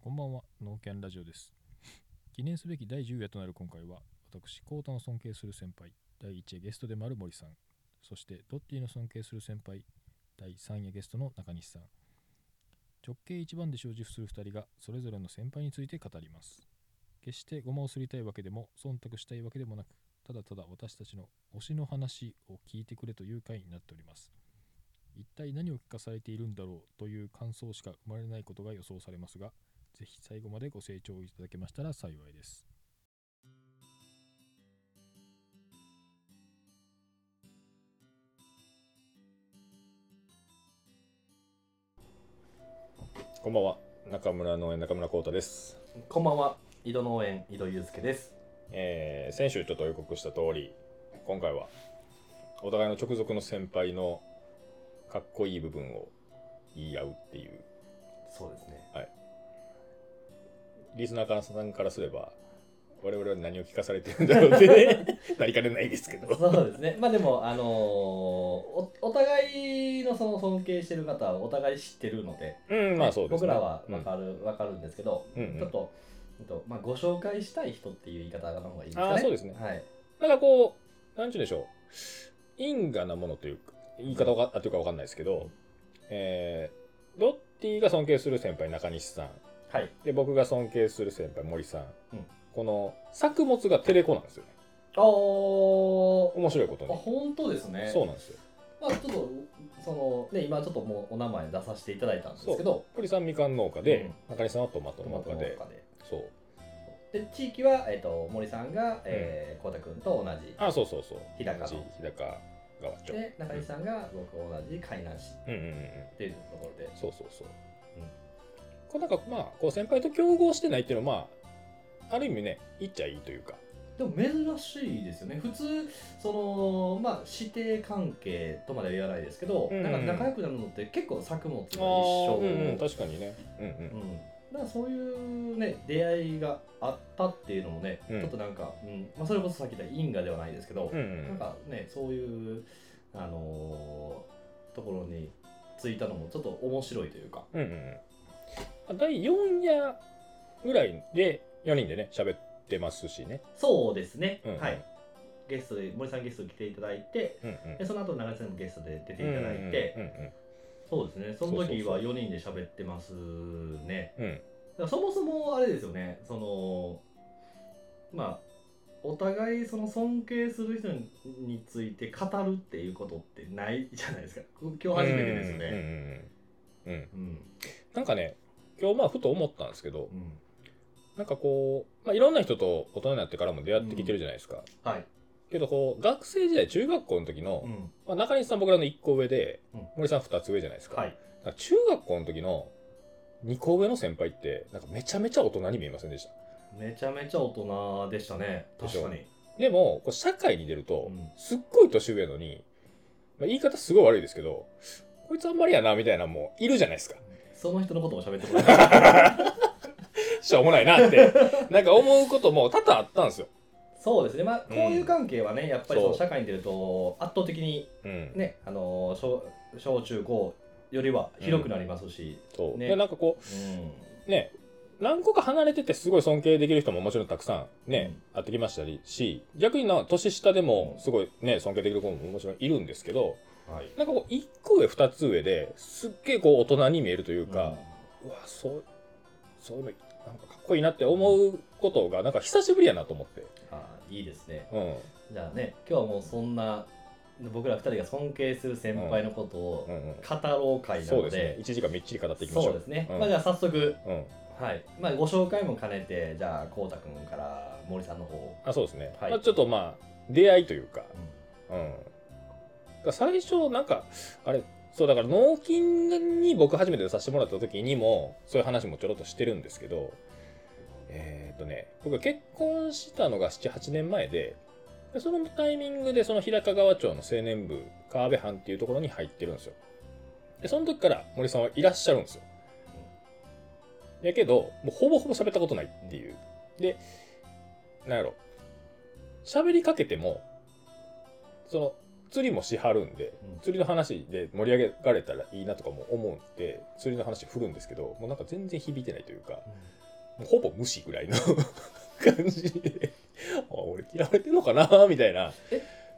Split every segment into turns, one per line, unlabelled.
こんばんは、農キャンラジオです。記念すべき第10夜となる今回は、私、コータの尊敬する先輩、第1夜ゲストで丸森さん、そしてドッティの尊敬する先輩、第3夜ゲストの中西さん。直径一番で生じする2人が、それぞれの先輩について語ります。決してごまをすりたいわけでも、忖度したいわけでもなく、ただただ私たちの推しの話を聞いてくれという回になっております。一体何を聞かされているんだろうという感想しか生まれないことが予想されますが、ぜひ最後までご清聴いただけましたら幸いです。こんばんは、中村農園中村浩太です。
こんばんは、井戸農園井戸祐介です。
えー先週ちょっと予告した通り、今回はお互いの直属の先輩のかっこいい部分を言い合うっていう、
そうです ね。
リスナーさんからすれば、我々は何を聞かされてるんだろうってね、 なりかねないですけど。
そうですね。まあでもあのーおお互いのその尊敬してる方はお互い知ってるので、
うん、まあそうですね。
僕らは
うん
わかるわ、かるんですけど、
うんうん
ちょっと。えっとまあ、ご紹介したい人っていう言い方の方がいいですかね。
あーそうですね
はい。
なんかこう、なんちゅうんでしょう、因果なものというか、言い方があっていうかわかんないですけど、えー、ロッティが尊敬する先輩、中西さん、
はい。
で、僕が尊敬する先輩、森さん、
うん
この作物がテレコなんですよね。
あー
面白いこと
あ、
に。
本当ですね。
そうなんですよ。
まあちょっと、その、ね、今ちょっともうお名前出させていただいたんですけど、
栗さんみかん農家で、中西さんはトマト農家で、
農家で。
そう。
で地域は、えっと森さんが、えー、こうたくんと同じ
あ、そうそうそう。
日高の
同じ日高川町。
で中西さんが僕同じ海南市
うんうんうんうん。
っていうところで
そうそうそう。
うん
こうなんかまあこう先輩と競合してないっていうのはまあある意味ね言っちゃいいというか。
でも珍しいですよね普通そのまあ師弟関係とまでは言わないですけど、
うんうん
なんか仲良くなるのって結構作物が一緒
うんうん、確かにね。うん
うんだからそういうね出会いがあったっていうのもね、
うん
ちょっとなんか、うんまあ、それこそさっき言った因果ではないですけ
う
ど、
ん。うんう
なん
ん。
かねそういうあのーところについたのもちょっと面白いというか
うんうんうん。第4夜ぐらいで4人でね喋ってますしね。
そうですね、
うんうん
はいゲストで森さんゲストに来ていただいて
うん
でその後長瀬さんもゲストで出て
う
い
ん。
ただいて、
うんうん
そうですねその
そう
時
そう
は
そう
4人で喋ってますね
うんうん。
だからそもそもあれですよねそのまあお互いその尊敬する人について語るっていうことってないじゃないですか今日初めてですよね
うんうんうん。うん。
うん
なんかね今日まあふと思ったんですけど
う、ん
なんかこうまあいろんな人と大人になってからも出会ってきてるじゃないですか。
はい、
けどこう学生時代中学校の時の、
うん、
まあ、中西さん僕らの1個上で、
うん
森さん2つ上じゃないですか,、
はい
だから中学校の時の2個上の先輩ってなんかめちゃめちゃ大人に見えませんでした
めちゃめちゃ大人でしたね
でしょ
確かに
でもこう社会に出ると
うん
すっごい年上やのに、まあ、言い方すごい悪いですけどこいつあんまりやなみたいなもういるじゃないですか
その人のことも喋ってもらいました
しょうもないな ってなんか思うことも多々あったんですよ、
そうですね、まあ、
うん
こういう関係はね、やっぱりそ
そ
の
う
社会に出ると、圧倒的に
うん
ね、あのー小小中高よりは広くなりますし、
そう
ね
でなんかこ
うん
うね何個か離れててすごい尊敬できる人ももちろんたくさんね、会ってきましたりし逆にな年下でもすごいね尊敬できる子ももちろんいるんですけど
はい、
なんかこう1個上2つ上ですっげえこう大人に見えるというか、うわそうそういうのなんかかっこいいなって思うことがなんか久しぶりやなと思って、
あーいいですね。
うん、
じゃあね、今日はもうそんな、僕ら二人が尊敬する先輩のことを
うんうん
語ろう会な
そう
の
ですね
で、
1時間みっちり語っていきましょ
そう
う
ですね、
うん
まあ、じゃあ早速、
うん、
はいまあ、ご紹介も兼ねて、じゃあ、こうたくんから森さんの方を。
あそうですね、
はい
まあ、ちょっとまあ出会いというか、
うん
うん、だから最初なんかあれそうだから納金に僕初めて出させてもらった時にもそういう話もちょろっとしてるんですけどえっ、とね僕が結婚したのが78年前ででそのタイミングでその平川川町の青年部川辺藩っていうところに入ってるんですよでその時から森さんはいらっしゃるんですよやけどもうほぼほぼ喋ったことないっていうでなんやろ喋りかけてもその釣りもしはるんで
うん
釣りの話で盛り上げられたらいいなとかも思うんで釣りの話振るんですけどもうなんか全然響いてないというかもうほぼ無視ぐらいの 感じであ俺嫌われてんのかなみたいな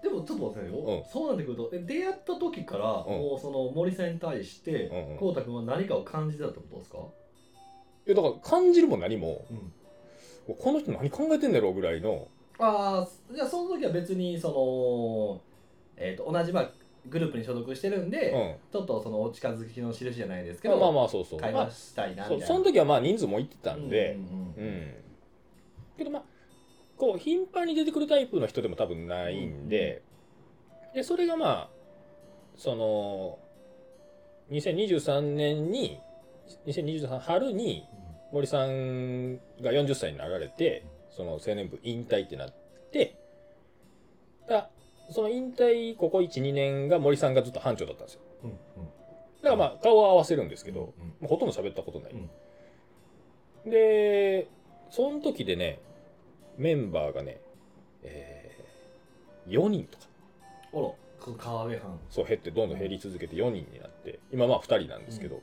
でもちょっと待ってよ、
うん
そうなってくるとえ出会った時から、もうその森さんに対して
うんうん
こうたくんは何かを感じてたってことですか、
いやだから感じるも何も
うん、
この人何考えてんだろうぐらいの
ああじゃあその時は別にその、えー、と同じまあグループに所属してるんで、
うん
ちょっとそのお近づきの印じゃないですけ
まあ
ど、
まあまあそうそう
会
まあ
話したいなみた
そ
いうな、
その時はまあ人数もいってたんで
うん
う、
うんんうん
けどまあこう頻繁に出てくるタイプの人でも多分ないんで、でそれがまあその2023年に2023春に森さんが40歳になられてその青年部引退ってなってだその引退ここ12年が森さんがずっと班長だったんですよ
うんうん
だからまあ顔は合わせるんですけど、
うん
まあほとんど喋ったことない、でその時でねメンバーがね、えー4人とか
あらこの川辺藩
そう減ってどんどん減り続けて4人になって今まあ2人なんですけど、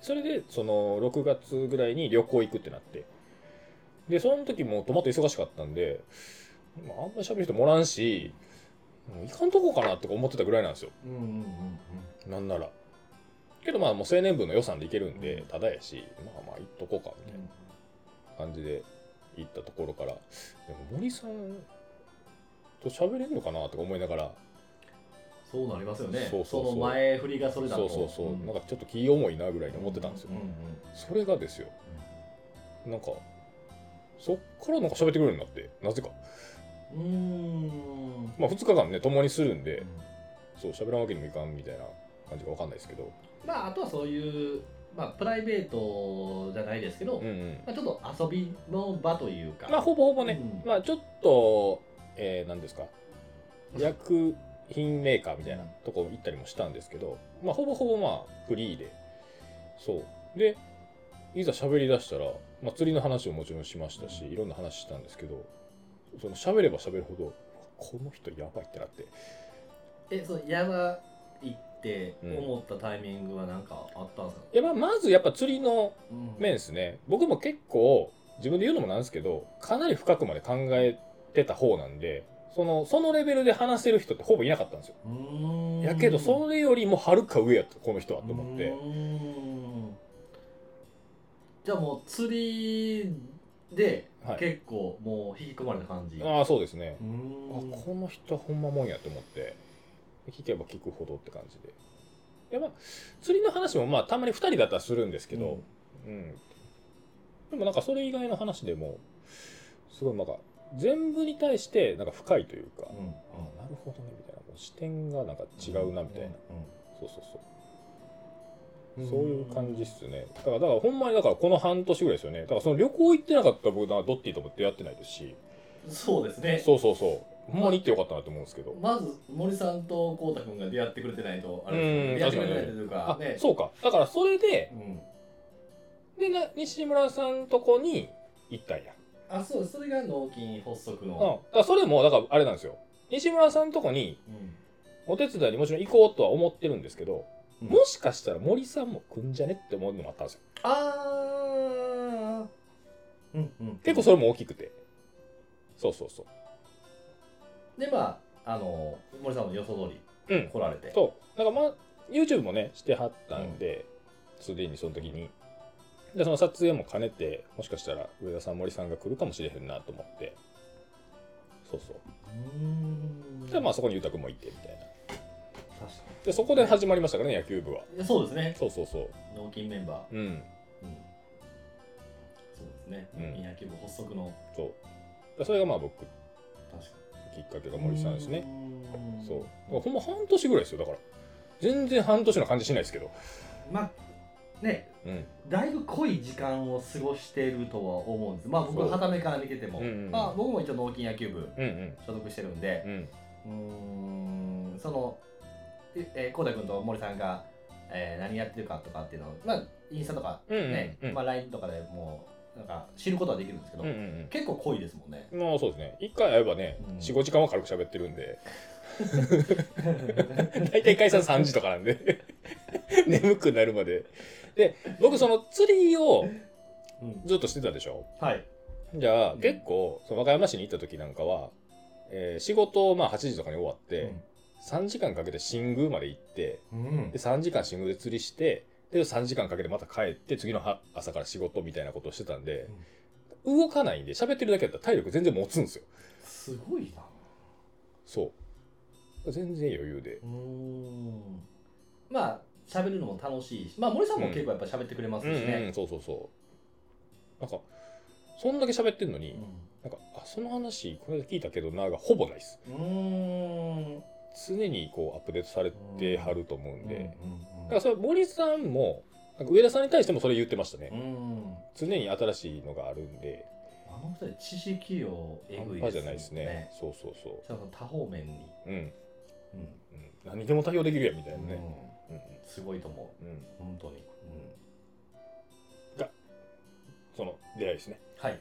それでその6月ぐらいに旅行行くってなってでその時もトマト忙しかったんで、まあ、あんまり喋る人もおらんしもう行かんとこかなとか思ってたぐらいなんですよ
うんうんうん
なんならけどまあもう青年部の予算で行けるんで
うん
ただやしまあまあ行っとこうかみたいな。
う
感
ん
じで行ったところからでも森さんと喋れるのかなとか思いながら
そうなりますよね
そうそうそう
の前振りがそれだ
そ
と
うそうそう、なんかちょっと気重いなぐらいに思ってたんですよ、
うんうん
それがですよなんかそっからなんか喋ってくるようになってなぜか
うんうん
まあ2日間ね共にするんでそう喋らんわけにもいかんみたいな感じがわかんないですけど
まああとはそういう、まあ、プライベートじゃないですけど、
うんうん
まあ、ちょっと遊びの場というか
まあほぼほぼね、
うん
まあちょっとえー、何ですか薬品メーカーみたいなとこ行ったりもしたんですけど、まあ、ほぼほぼまあフリーでそうでいざ喋りだしたら、まあ、釣りの話ももちろんしましたしいろんな話したんですけどその喋れば喋るほどこの人やばいってなって
えそうやばいって思ったタイミングは何かあったんですか、
いやまあまずやっぱ釣りの
うん
面ですね僕も結構自分で言うのもなんですけどかなり深くまで考えてた方なんでそのそのレベルで話せる人ってほぼいなかったんですよ
うーん
やけどそれよりもはるか上やったこの人はと思っ
う
て
ーんじゃあもう釣りで
はい
結構もう引き込まれた感じ、
ああそうですね
うー
あ
ん
この人はほんまもんやと思って聞けば聞くほどって感じでいやまあ釣りの話もまあたまに2人だったらするんですけど、うんでもなんかそれ以外の話でもすごいなんか全部に対してなんか深いというか、
うんうん
ああなるほどねみたいなもう視点がなんか違うなみたいな、そうそうそう
うん
そういう感じっすね。だから、だからほんまにだからこの半年ぐらいですよね。だからその旅行行ってなかった僕はドッティとも出会ってないですし、
そうですね
そうそうそう。ほんまに行ってよかったなと思うんですけど。
まず森さんとこうたくんが出会ってくれてないとあれ
うん
ですよね出会ってくれてないという
あ
か、ね
そうか。だからそれで、
うん、
で、な西村さんとこに行ったんや。
あそうですそれが脳筋発足
うん。だ
の、
からそれも、だからあれなんですよ。西村さんとこに
うん
お手伝いにもちろん行こうとは思ってるんですけど、
うん
もしかしたら森さんも来んじゃねって思うのもあったんですよ。
あーうんうん
結構それも大きくて。そうそうそう。
でまああの森さんも予想通
う
り
ん。
来られて、
そう。なんかまあ、YouTube もね、してはったんで、すでにその時に。で、その撮影も兼ねて、もしかしたら上田さん、森さんが来るかもしれへんなと思って。そうそう。
うん
で、まあそこに裕太君もいてみたいな。
確か
で、そこで始まりましたからね、野球部は。
にいやそうですね
そうそうそう。
脳筋メンバ
うん。
ー、うん、そうですね、
うん
野球部発足の
そう。でそれがまあ僕、き
確か
っかけが
に
森さんですね。
うん
そう。だからほんま半年ぐらいですよ、だから。全然半年の感じしないですけど。
まあね
うん。
だいぶ濃い時間を過ごしているとは思うんですまあ僕
そう
は傍目から見てても、
うんうんうん
まあ、僕も一応脳筋野球部
うんうん。
所属してるんで
うん。
うーんそのええー、浩太君と森さんが、えー何やってるかとかっていうのをまあインスタとか
うんうんうん
ね、まあ、LINE とかでもうなんか知ることはできるんですけど、
うんうん
結構濃いですも んね
うん。まあそうですね。一回会えばね、
うん
4、5時間は軽く喋ってるんで、大体解散3時とかなんで、 眠くなるまで。で、僕その釣りを
うん
ずっとしてたでしょ。
はい
じゃあ
うん
結構、その和歌山市に行った時なんかは、えー仕事をまあ8時とかに終わって、3時間かけて新宮まで行って、
うん
で3時間新宮で釣りしてで3時間かけてまた帰って次のは朝から仕事みたいなことをしてたんで、動かないんで喋ってるだけだったら体力全然持つんですよ
すごいな
そう全然余裕で
うーんまあ喋るのも楽しいしまあ森さんも結構やっぱ喋ってくれますし
うん、う
ね、
ん、そうそうそうなんかそんだけ喋ってんのに、
うん
なんかあその話これ聞いたけどながほぼないです
うーん
常にこうアップデートされてはると思うんで、だか
う
らそれ森さんもなんか上田さんに対してもそれ言ってましたね、
んうん
常に新しいのがあるんで
あの二人知識量えぐ
半
い
端じゃないですねそうそうそ
しかも多方面に、
ううん
うん
うん何でも対応できるやんみたいなね、うん
うんすごいと思
うん
う本当に、うん、
その出会いですね
はい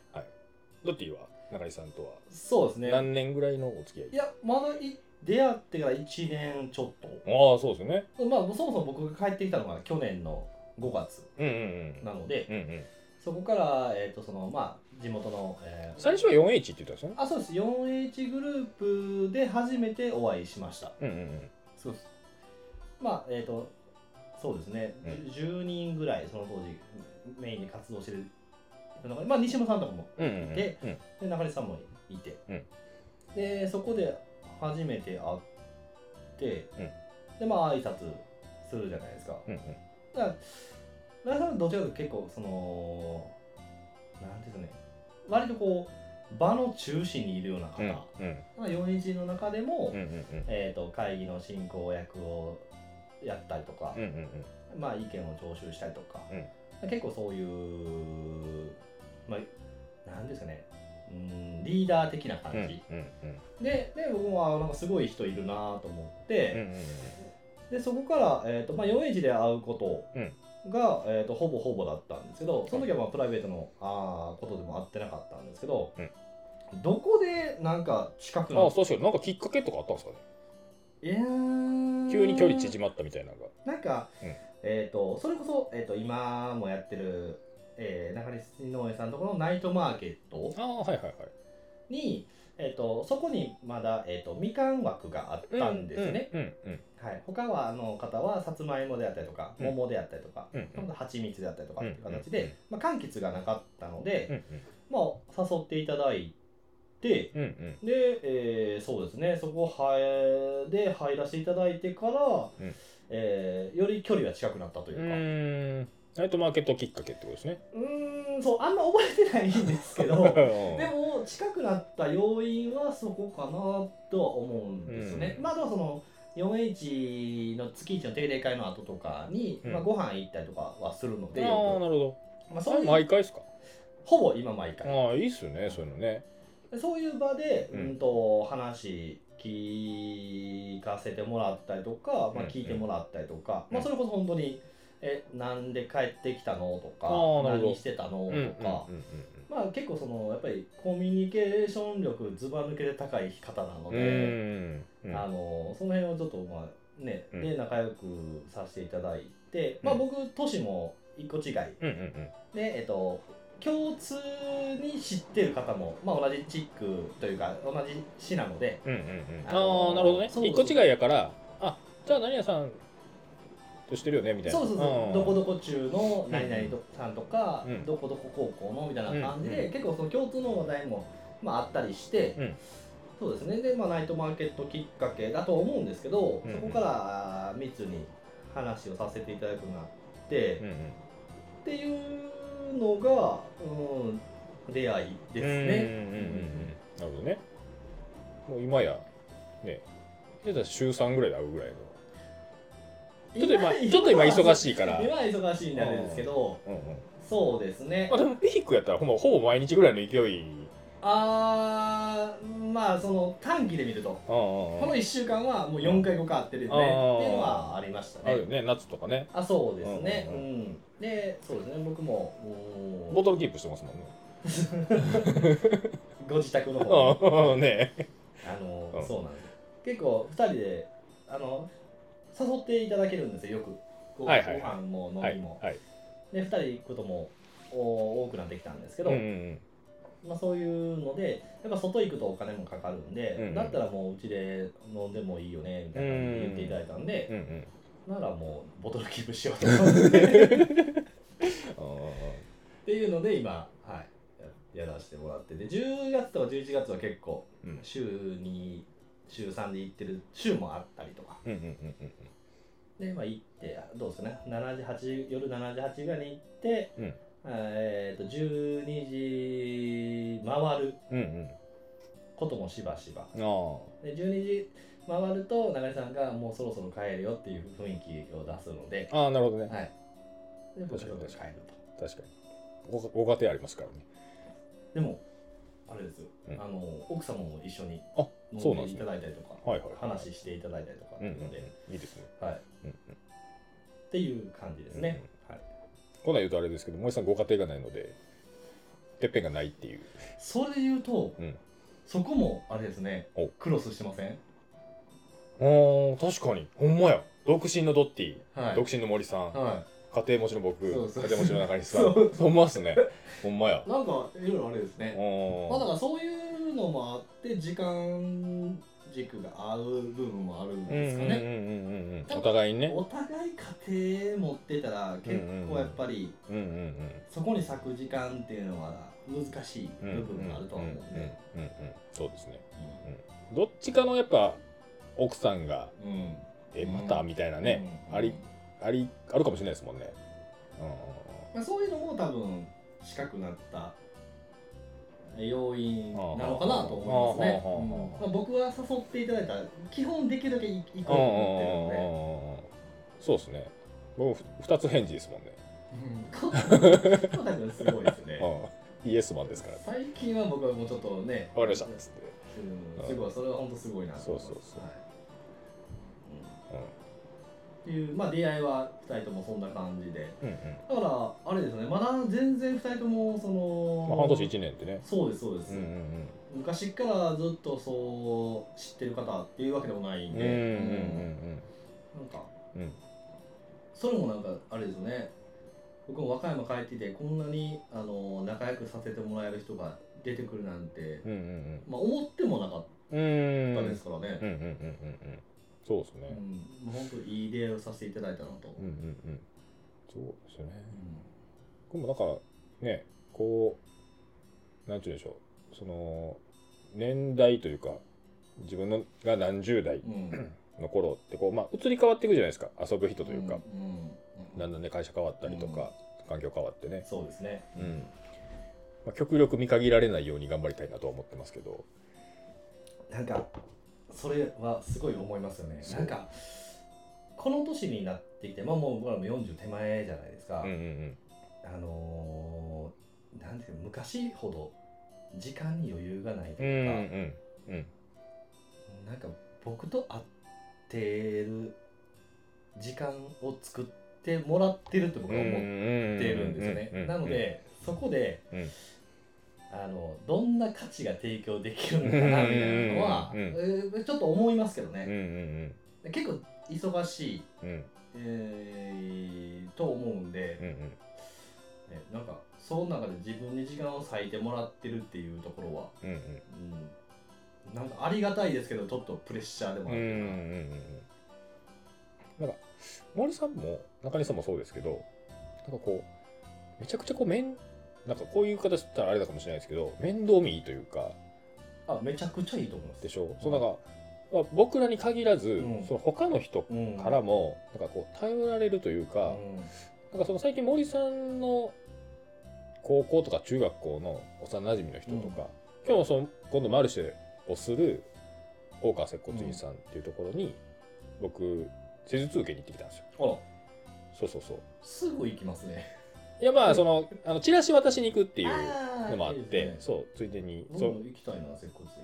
ドッティは中井さんとは
そうですね
何年ぐらいのお付き合い、
いやまだい出会ってから1年ちょっ
ああそうですよね
とまあそもそも僕が帰ってきたのが去年の5月
うんうんうん
なので、
うんうん
そこから、えーとそのまあ、地元の、えー
最初は 4H って言ってたんですよね
あそうです 4H グループで初めてお会いしました
うんうん
そうですまあえっ、とそうですね、
うん
じゅ10人ぐらいその当時メインで活動してる中でまあ、西村さんとかも
うんうんうん
で
うん
で中根さんもいて、
うん
でそこで初めて会って、でまあ挨拶するじゃないですか、
うん
だから中根さんはどちらかというと結構そのなんていうんですかね割とこう場の中心にいるような方、
うん
ま
うんうん
あ41の中でも、
うんうんうん
えー、と会議の進行役をやったりとか、
うんうん
まあ、意見を徴収したりとか、結構そういう、まあ、なんですかねうんリーダー的な
うんうんうん
感じ、
うんうん
でで僕もあなんかすごい人いるなと思って、でそこから、えーとまあ、4H で会うことが、えー、とほぼほぼだったんですけどその時はまあプライベートのあーことでも会ってなかったんですけど、どこでなんか近く
うんあ
な
あそうしようなんかきっかけとかあったんですかね急
急
に距離縮まったみたいなのが
なんか、
うん
えっ、と、それこそ、えっ、と、今もやってる、えー、中西農園さんのところのナイトマーケット
ああはいはいはい
に、えっ、と、そこにまだ、えっ、と、みかん枠があったんですね。
うんうん
はい。他は、あの方は、さつまいもであったりとか、
うん
桃であったりとか、
うんう
今
ん
度蜂蜜であったりとかっていう形
うん
で、まあ、柑橘がなかったので、
うん
まあ、誘っていただいて、
うんうん
で、えーそうですねそこはで入らせていただいてから、
ん
えーより距離が近くなったという
う
か、
ーんナイトマーケットきっかけってことですね
うーんそうあんま覚えてないんですけ どで
も
も近くなった要因はそこかなとは思うんですよね、
うん
まあでもその 4H の月一の定例会の後とかに、
うん
まあ、ご飯行ったりとかはするの
ああ
で、
なる
よ
ほ
くまあ、
ど
そういう
毎回ですか
ほぼ今毎回
ああいいっすよねそういうのね
でそういう場で、
う
うんん、と話聞かせてもらったりとか、ま
う
あ、
ん
聞いてもらったりとか、
うん
まあ、それこそ本当に「えなんで帰ってきたの?」とか
あーなるほど
何してた
う
の?」とか。
んうんうん
まあ結構そのやっぱりコミュニケーション力ずば抜けで高い方な
うん
の
う
で、
んうん
あのその辺をちょっとまあね、
うん
で仲良くさせていただいて、まあ
うん
僕年も一個違いで
うんうん
えっと共通に知ってる方も、まあ、同じ地区というか同じ市なので
うんうんうんうんあ
あのー
あなるほどね
そう
一個違いやからあじゃあ何屋さんとしてるよねみたいな
そうそうそう、ど
こ
こどこ中の何々とさんとか、
うん
どこどこ高校のみたいな感じ
うん
で、
うん
結構その共通の話題も、まあ、あったりして、
うん
そうですねで、まあ、ナイトマーケットきっかけだと思うんですけど、
うんうん
そこからあー密に話をさせていただくようになって、
うんうん
っていうのが、うん、出会いです
う
ね。
んうんうんうんなるほどねもう今やね下手したら週3ぐらいで会うぐらいのちょっと今ちょっと今忙しいから
今は忙しいんであれですけど、
うんうん
そうですね
まあでもピークやったらほぼほぼ毎日ぐらいの勢い
あーまあその短期で見ると
ああ
この1週間はもう4回5回会ってるよね
あー
っていうのはありました
ある
ね
よね夏とかね
あそうですね
う
うんんでそうですね僕も
ボ
も
トルキープしてますもんね。
うご自宅の方
うん、 ねえ
あの、
うん
そうなんです結構2人であの誘っていただけるんですよよくご,、
はいはい
ご飯も飲みも、
はい。はい。
で2人行くこともお多くなってきたんですけ
う
ど、
んうん
まあ、そういうのでやっぱ外行くとお金もかかるんで、
うんうん
だったらもううちで飲んでもいいよねみたいな感じで言っていただいたんで
うん。う、んうん。
ならもうボトルキープしようと思ってっていうので今はいややらせてもらってで10月とか11月は結構
うん
週に週3で行ってる週もあったりとか
うんうんうんうん
でまあ行ってあどうですかね78夜78時ぐらいに行って、
うん
えー、と12時回る
うんうん
こともしばしば
うんあ
で12時回ると流さんがもうそろそろ帰るよっていう雰囲気を出すので、
あああなるほどね
はい、で僕
確
は
か
ちょ
に
っと帰ると。
確かにごご家庭ありますからね
でもあれですよ、
うん
あの奥様も一緒に
あそう
飲
なんで
んですい
ね
ただいたりとか、
はいはい
話していただいたりとかって
うんう
い
ん
うので、
うんいいですね
はい、
うんうん
っていう感じですね、はい、
こんなん言うとあれですけど森さんご家庭がないのでてっぺんがないっていう
それで言うと、
うん
そこもあれですね
お
クロスしてません
あ確かにほんまや独身のドッティ、
はい
独身の森さん、
は
家庭持ちの僕
そうそう
家庭持ちの中西さ
そ
ん
う
ほんまっすねほんまや
いなんかいろいろあれですね、まあ、だ
あ
からそういうのもあって時間軸が合う部分もあるん
うんうんう
です
ん
か
う
ね、
んうんうんお互いにね
お互い家庭持ってたら結構やっぱり
うんうんうん
そこに咲く時間っていうのは難しい部分があるとは思うん
うんうん
で、
うんうんそうですねどっちかのやっぱ奥さんが
うんうん
「え
うん
また」みたいなね、
うん
ありありあるかもしれないですもんね。うんうん
まあ、そういうのも多分近くなった要因なのかなと思いますね
ああああああ、
うんまあ、僕は誘っていただいたら基本できるだけ行こうと
うん
思ってるんで
うんうんうんそうですね。僕ふ二つ返事ですもんね。
うん コタ君すごいですね
うんイエスマンですから。わか
最近は僕はもうちょっとね
りましたっつって。
うんすごいそれは本当すごいなと思います
そうそうそう
はいうん
う
っていう、まあ、出会いは2人ともそんな感じで
んうんうん。
だからあれですよねまだ全然2人ともその、
まあ半年一年ってね。
そうですそうで
う
す、
んうん
昔っからずっとそう知ってる方っていうわけでもないん
うん。うん
で、
うん
うんなんか
うんうん。
それもなんかあれですよね僕も和歌山帰ってきてこんなにあの仲良くさせてもらえる人が出てくるなんて、
うんうん
まあ、思ってもなかっ
うん。うん。
た
うんうんうんうん
ですからね、
うんうん。そうです
うん
ね。
もう本当いい出会いをさせていただいたなと、
うんうんうん。そうですよね
う。ん
でもなんかねこうなんて言うんでしょうその年代というか自分のが何十代
うん
の頃ってこう、まあ、移り変わっていくじゃないですか遊ぶ人というか、
うん
だんだんね会社変わったりとか、環境変わってね、
そうですね
うんまあ、極力見限られないように頑張りたいなとは思ってますけど
なんかそれはすごい思いますよね
そう
なんかこの年になってきて、まあ、もう僕らも40手前じゃないですか、
うんうん
あのーなんていうか昔ほど時間に余裕がないと
うんうん
いうか、
うんうん
なんか僕と会ってる時間を作ってもらってると僕は思ってるんですよねなのでそこで、
うん
あのどんな価値が提供できるのかなみたいなのは、
うんうん
えーちょっと思いますけど
うんう
ね、
ん
結構忙しい、
うんうん
えーと思うんで、
うんうん
ねなんかその中で自分に時間を割いてもらってるっていうところは、
うんうん
うん、なんかありがたいですけどちょっとプレッシャーでもあ
うんうんうん
る
うんなんか森さんも中西さんもそうですけどなんかこうめちゃくちゃこう面なんかこういう形だったらあれだかもしれないですけど面倒見いいというか
あめちゃくちゃいいと思います
でしょ、そうなんか、まあ、僕らに限らず、
うん
その他の人
うん
からもなんかこう頼られるという
う
か、
ん
なんかその最近森さんの高校とか中学校の幼馴染の人とか、今日もその今度マルシェをする大川接骨院さんっていうところに、僕施術受けに行ってきたんですよ。
あら
そうそうそう。
すぐ行きますね
いやまあそのあのチラシ渡しに行くっていう
あー
のもあっ
いい
て
ですね
そうついでに
僕
そ
も行きたいな接骨院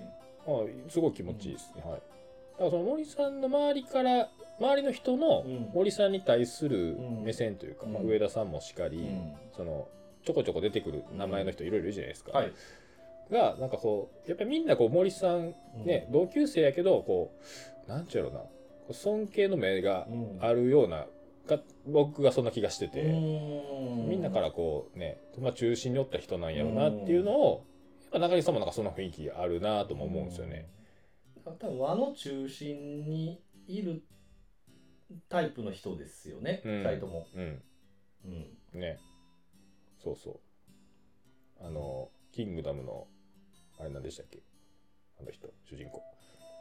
うあすごい気持ちいいですね、はい。からその森さんの周りから周りの人の
うん
森さんに対する
うん
目線というか、まあ、
うん
上田さんもしかり、
うん
そのちょこちょこ出てくる名前の人いろいろいるじゃないですか、
はい
がなんかこうやっぱりみんなこう森さんね、同級生やけどこうなんちゅうやろなこう尊敬の目が
うん
あるようなが僕がそんな気がして
う
て、
ーん
みんなからこうね、まあ、中心におった人なんやろうなっていうのを、やっぱ中西さんもなんかそんな雰囲気あるなとも思うんですよね。
うん。多分輪の中心にいるタイプの人ですよね、
う
二、
ん
人とも。
うん、
うん。
ねそうそうあの「キングダム」のあれなんでしたっけあの人主人公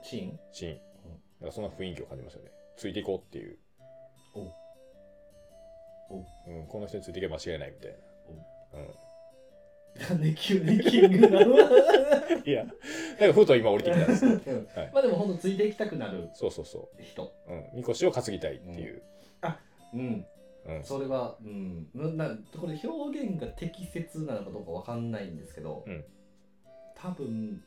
シー ン
シーンなんかそんな雰囲気を感じましたねついていこうっていう
おうおう
うん、この人についていけば間違いないみたいな、うん、
なんで急にキングなの
いや、なんかふと今降りてきたんですけど。
うん
はい
まあでも本当ついていきたくなる
そうそうそ
人。
う。うん。みこしを担ぎたいっていう。
うん。
うん。
それは、うん。ななこれ表現が適切なのかどうかわかんないんですけど、
うん
多分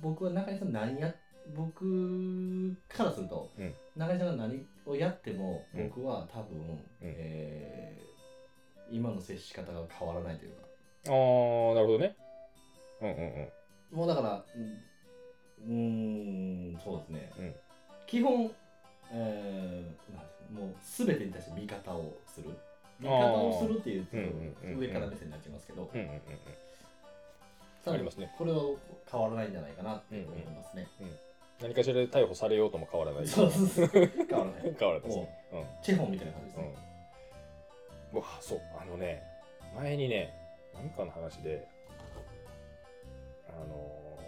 僕は中井さん何や僕からすると、
うん
中井さんが何をやっても
うん
僕は多分、えー今の接し方が変わらないというか
あー、なるほどね。うんうんうん。
もうだからうんうーんそうですね、
うん
基本、えーなんですもう全てに対して味方をする
あー
味方をするっていう
うんうんうんうん
上から目線になっちゃいますけど、
うんうんうん
多
うん。あ
分
りますね。
これは変わらないんじゃないかなって思いますね。
何かしらで逮捕されようとも変わらない。
そうそうそう。変わらない。
変わらないですね。うん。
チェホンみたいな感じですね。
うん。うわ、そう。あのね、前にね、何かの話で、あの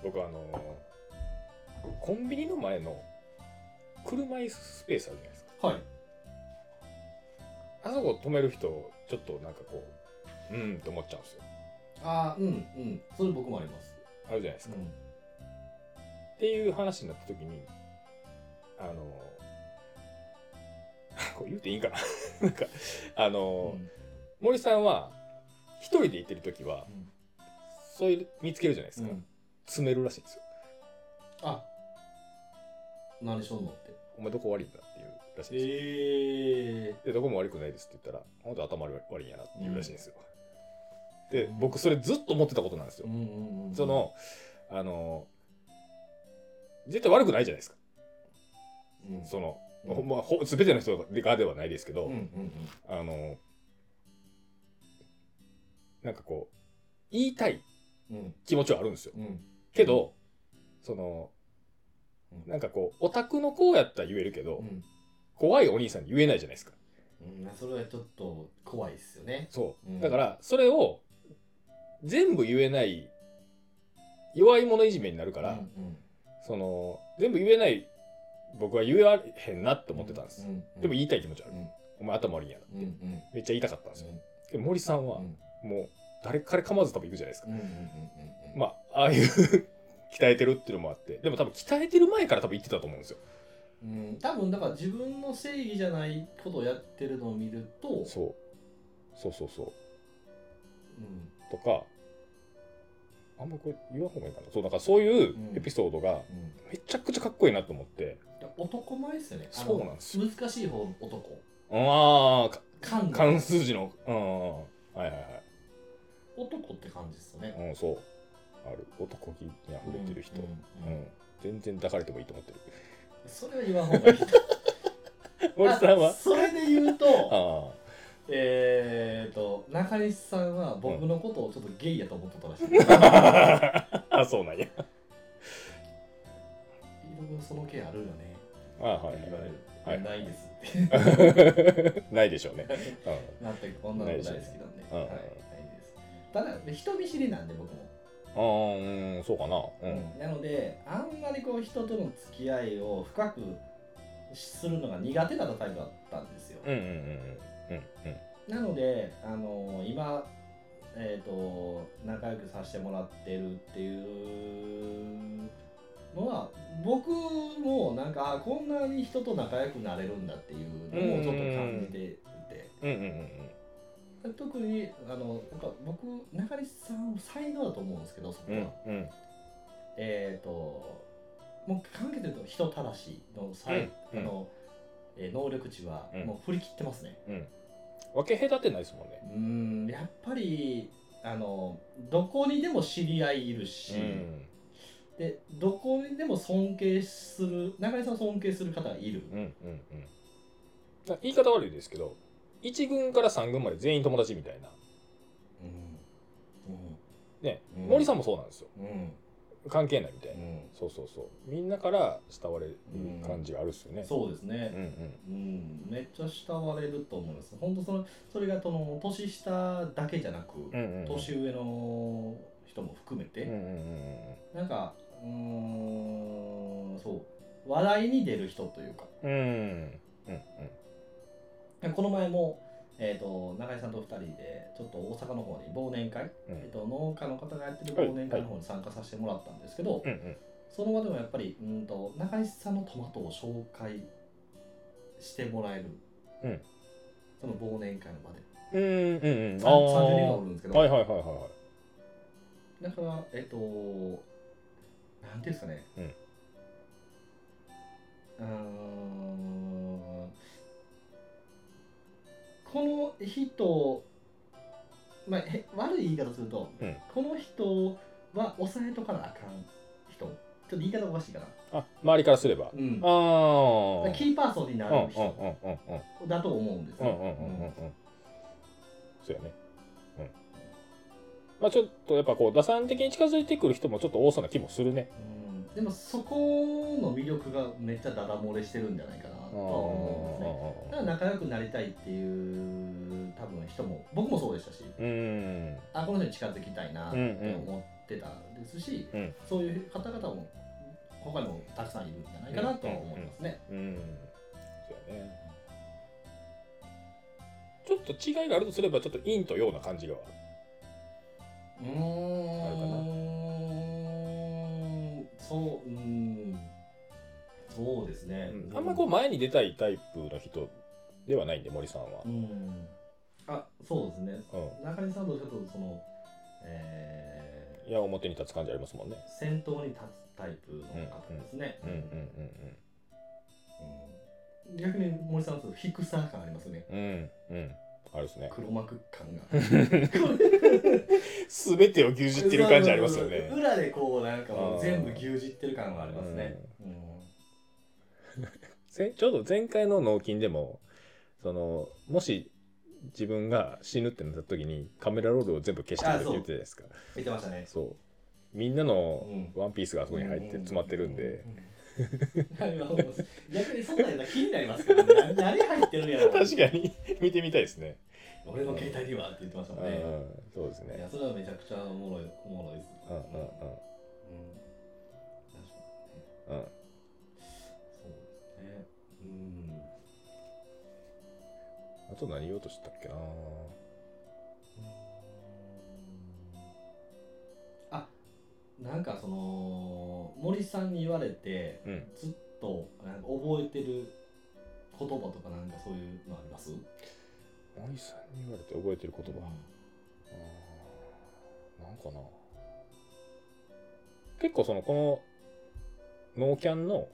ー、僕あのー、コンビニの前の車椅子スペースあるじゃないですか。
はい。
あそこ止める人、ちょっとなんかこう、うーんって思っちゃうんですよ。
ああ、うんうん。それ僕もあります。
あるじゃないです
う
か。
ん。
っていう話になった時に、あの、 これ言うていいんかな なんか、あの、森さんは、一人で行ってる時は、そういう、見つけるじゃないです
うん
か。
うん
詰めるらしいんですよ。
あ何しょんのって。
お前どこ悪いんだっていうらしいんですよ。
ええ。
で、どこも悪くないですって言ったら、本当頭悪いんやなっていうらしいんですよ。
ん
で、僕それずっと思ってたことなんですよ
うん。うんうん。
そ、の、あの、絶対悪くないじゃないですか。
うん、
その、
うん
ほんまほ全ての人がではないですけど、
うんうんうん。
あの、なんかこう、言いたい
うん
気持ちはあるんですよ。
うん。
けど、その、
うん
なんかこう、オタクの子やったら言えるけど、
うん
怖いお兄さんに言えないじゃないですか。
うん。それはちょっと怖いっすよね。
そう。
うん
だから、それを、全部言えない、弱い者いじめになるから、
うん
その、全部言えない、僕は言えらへんなって思ってたんです。
うんうんうん
でも言いたい気持ちはあ
う
る。
ん
お前頭悪いんやなって。
うんうん
めっちゃ言いたかったんですよ。
う
で森さんは、
ん
もう誰彼構わず多分行くじゃないですか、
うんうんうんうんうん。
まあああいう 鍛えてるっていうのもあってでも多分鍛えてる前から多分行ってたと思うんですよ
うん、多分だから自分の正義じゃないことをやってるのを見ると、
そうそうそうそう
うん
とかあんまりこれ言わん方がいいかなそうだからそういう
うん
エピソードが
うん、
めちゃくちゃかっこいいなと思って、
男前ですよねあの
そうなんですよ
難しい方の男
ああか
漢字
漢数字のうんうんうんはいはい
男って感じですよね
はいうんそうある男気に溢れてる人
う
うんん、
うんうん
全然抱かれてもいいと思ってる
それは言わん方がいい
森さん
あ
は
それで言う
あ
と
あ
えーと中西さんは僕のことをちょっとゲイやと思っとった らしい、
あそうなんや
飯田君その系あるよね
あ はい
って言われる、
はい
ないですって
ないでしょうね。うん
なったけど女の子大好きなんで、
うん
はい、ないですただ人見知りなんで僕も
あー、うん、そうかな。うん。
なのであんまりこう人との付き合いを深くするのが苦手だったタイプだったんですよ、
うんうんうんうんうん
なので、あの今、えー、と仲良くさせてもらってるっていうのは僕もなんかあこんなに人と仲良くなれるんだっていうのをちょっと感じてて。
うんうんうんうん
特にあのなんか僕中西さんは才能だと思うんですけどそこ
う
は、
んうん
えー、ともう関係で言うと人たらしの際、
うん
あの、えー能力値は
うん
もう振り切ってますね。
分け隔てないですもんね
う。ーん、やっぱりあのどこにでも知り合いいるし、でどこにでも尊敬する中井さんを尊敬する方がいる。
うんうんうんだから言い方悪いですけど1軍から3軍まで全員友達みたいな、
うん
ね
うん
森さんもそうなんですよ
うんうん
関係ないみたいな、
うん
そうそうそうみんなから慕われる感じがあるっすよね、
そうですね。
うんうん
うん、めっちゃ慕われると思います。本当そのそれがその年下だけじゃなく、
うんうんうん
年上の人も含めて、
うんうんうん
なんかうーんそう話題に出る人というか
うんうんうん
この前も、えー、と中井さんと2人でちょっと大阪の方に忘年会、
うん
えー、と農家の方がやってる忘年会の方に参加させてもらったんですけど、
うんうん
その場でもやっぱりうんと中井さんのトマトを紹介してもらえる、
うん
その忘年会の場で
うんうんうん
さ
あ
ん
ー
30人がおるんですけど、
はいはいはいはいはい
だからえっ、となんていうんですかね
うん
うーんこの人まあへ悪い言い方すると、
うん
この人は抑えとかなあかん人ちょっと言い方おかしいかな、
あ周りからすれば、
うん、
ああ
キーパーソンにな
うんうんう
る
ん
人
うんうん
だと思うんです
うんうんうんうんうんそうやねうんまあちょっとやっぱこう打算的に近づいてくる人もちょっと多そうな気もするね
うんでもそこの魅力がめっちゃダダ漏れしてるんじゃないかなとは思うんですね。だから仲良くなりたいっていう多分人も僕もそうでしたし
うんうん
あこの人に近づきたいなって思ってたんですし、
うん
そういう方々も他にもたくさんいるんじゃないかなとは思いますね。
うんそうやねちょっと違いがあるとすればちょっと陰と陽な感じが
うーんそううーんそうですね。
あんまこう前に出たいタイプの人ではないんで森さんは
う、んあそうですね
う
中西さんとちょっとその、え
ん、いや表に立つ感じありますもんね
ー、先頭に立つタイプの方ですね。
うんうん
うん逆に森さんはちょっと低さ感ありますよね。
うんうんうんうんあれですね
黒幕感 が。
全てを牛耳ってる感じありますよね
そうそうそう裏でこうなんかも
あー
う全部牛耳ってる感はありますね。うん
前ちょうど前回の納金でもそのもし自分が死ぬってなった時にカメラロールを全部消してくれって言ってたじゃないですか
言ってましたね。
そうみんなの
うん
ワンピースがあそこに入って詰まってるんで、
うん。うんうんうんうん逆にそんなんやったら気になりますけど、ね、な 何入ってるんやろ。
確かに 見てみたいですね、
俺の携帯にはって言ってました
う
もんね。
ん、そうです
い
ね
や、それはめちゃくちゃおもろい、おもろいです。
うんうん
うん確かにね
うんうん
そうですね。う
あ
ん。
と何言おうとしたっけな
あなんかその森さんに言われて
うん
ずっとなんか覚えてる言葉とかなんかそういうのあります
森さんに言われて覚えてる言葉、
う
うんなんかな結構そのこのノーキャンの
ん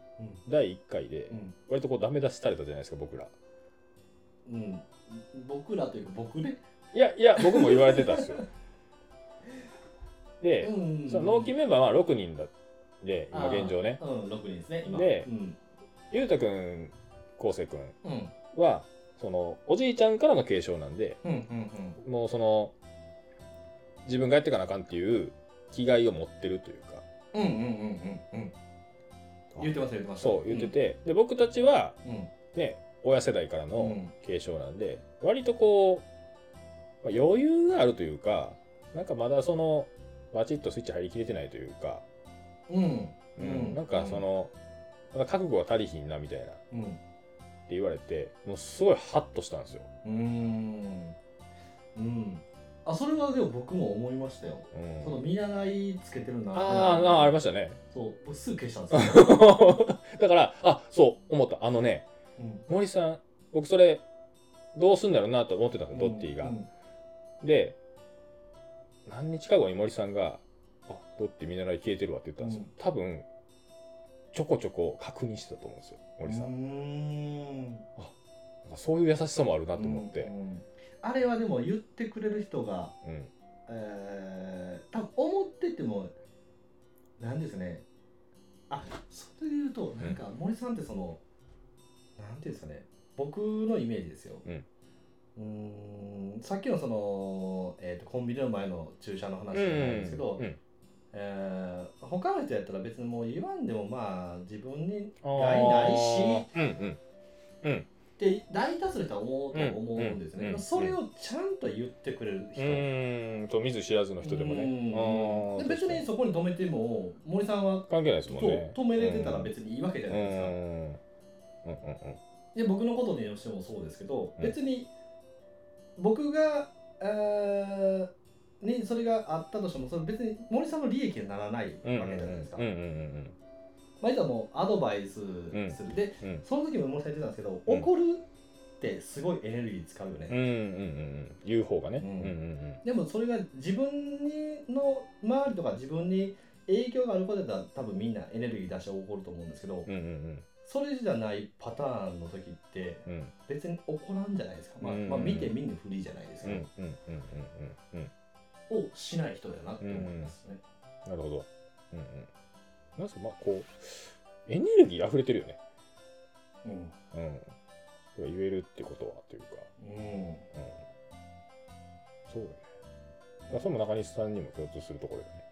第1回で
うん
割とこうダメ出しされたじゃないですか僕ら
うん、僕らというか僕ね
いやいや僕も言われてたんですよで、
うん
その納期メンバーは6人だで今現状ね
あーうん6人ですね今
で
うん
ゆうたくんこうせいくん
うん
はそのおじいちゃんからの継承なんで
うんうん
もうその自分がやってかなあかんっていう気概を持ってるというか
うんうんうんうんうんうん言ってました言ってました
そう言ってて、で僕たちは
うんうん
ね親世代から
う
の
ん
継承なんで、割とこう、まあ余裕があるというかなんかまだそのバチッとスイッチ入りきれてないというか、
うん
う
うんん
なんかその、まだ覚悟が足りひんなみたいなっ
うん
て言われてもうすごいハッとしたんですよ。
うーんうんあそれはでも僕も思いましたよ
うん
その見習いつけてるな
あーあーありま
し
したね
たそう僕すぐ消したんですよ、
だからあそう思ったあのね
うん、
森さん僕それどうすんだろうなと思ってたんですよドッティが。
うん
で何日か後に森さんが「あドッティ見習い消えてるわ」って言ったんですよ、
うん
多分ちょこちょこ確認してたと思うんですよ森さん、
ん
なんかそういう優しさもあるなと思っ
う
て、
んうんあれはでも言ってくれる人が、
うん
えー、多分思っててもなんですねあそれで言うと
ん
なんか森さんってその、なんていうんですかね僕のイメージですよ、
うん
うーんさっきのその、えー、とコンビニの前の駐車の話じゃないですけど、
うんうん
えー他の人やったら別にもう言わんでもまあ自分にっ
あーうん
て大多数の人は思うと
うん
思うんですね、
うん
それをちゃんと言ってくれる人、
うんうーんと見ず知らずの人でもね
うん
あー
別にそこに止めても森さんは
関係ないです
そう
もんね
止めれてたら別にいいわけじゃ
うん
な
う
いですか、
んうんうん
で僕のことにしてもそうですけど、
うん
別に僕が、えーにそれがあったとしてもそれ別に森さんの利益にならない
うん
わけじゃないですか、
うんうんうん
まあ言ったらもうアドバイスする、
ん
で
うん
その時も森さん言ってたんですけど、
うん
怒るってすごいエネルギー使うよね、
うんうんうんうん言う方がね
うん
うんうん
でもそれが自分の周りとか自分に影響があることだったら多分みんなエネルギー出して怒ると思うんですけど、
うんうんうん
それじゃないパターンの時って
うんうん
別に怒らんじゃないですか、まあ
うん
まあ、見て見ぬふりじゃないです
う
か、
んうんうんうんうん
をしない人だなって思いますね、
なるほど。うんうん。なんすか、まあ、こう、エネルギー溢れてるよね。
うん
うん。それが言えるってことは、というか。
うん
うん。そうだね。だからそれも中西さんにも共通するところだよね。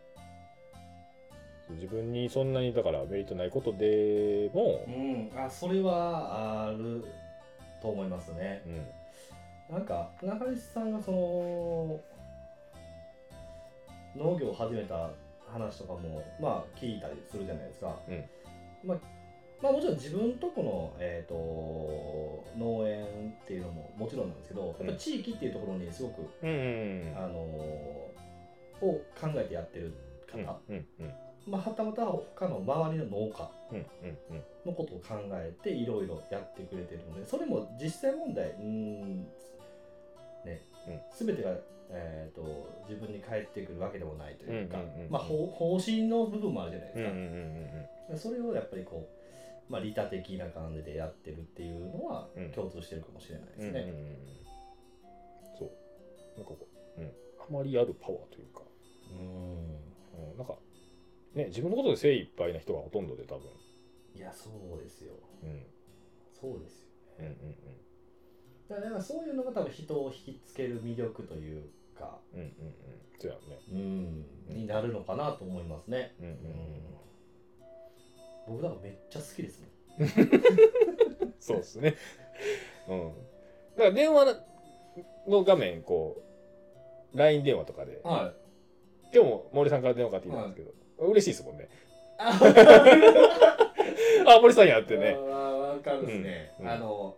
自分にそんなに、だからメリットないことでも、
うんあそれはあると思いますね
うん。
なんか中西さんがその農業を始めた話とかもまあ聞いたりするじゃないですか、
うん
まあまあもちろん自分とこの、えー、と農園っていうのももちろんなんですけどやっぱ地域っていうところにすごく、
うんうん
あのーを考えてやってる方、
うん。うんうん
まあ、はたまた他の周りの農家
うんうんうん
のことを考えていろいろやってくれてるのでそれも実際問題うーんね、
うん
全てが、えー、と自分に返ってくるわけでもないというか、
うんうんうんうん
まあ、方方針の部分もあるじゃない
うんうんう
ですか、
ん
それをやっぱりこう、まあ、利他的な感じでやってるっていうのは
うん
共通してるかもしれないで
うんう
す
んうんうん
ね。
そうなんかこう、うん、あまりあるパワーというか
うん
うんなんか、ね、自分のことで精一杯な人がほとんどで多分。
いやそうですよ
うん。
そうですよ
うんうん
だからなんかそういうのが多分人を引きつける魅力というか、
うん。うんうんうん。そうやね。
うん、になるのかなと思いますね、
うんうん
僕だからめっちゃ好きですね
うん。そうですね。 うん。だから電話の画面、こう、LINE 電話とかで、
はい
今日も森さんから電話かかってきたんですけど、嬉しいですもんね。
あ分か
あ、森さんやって
る
ね。
分かるですね、
うんうん
あの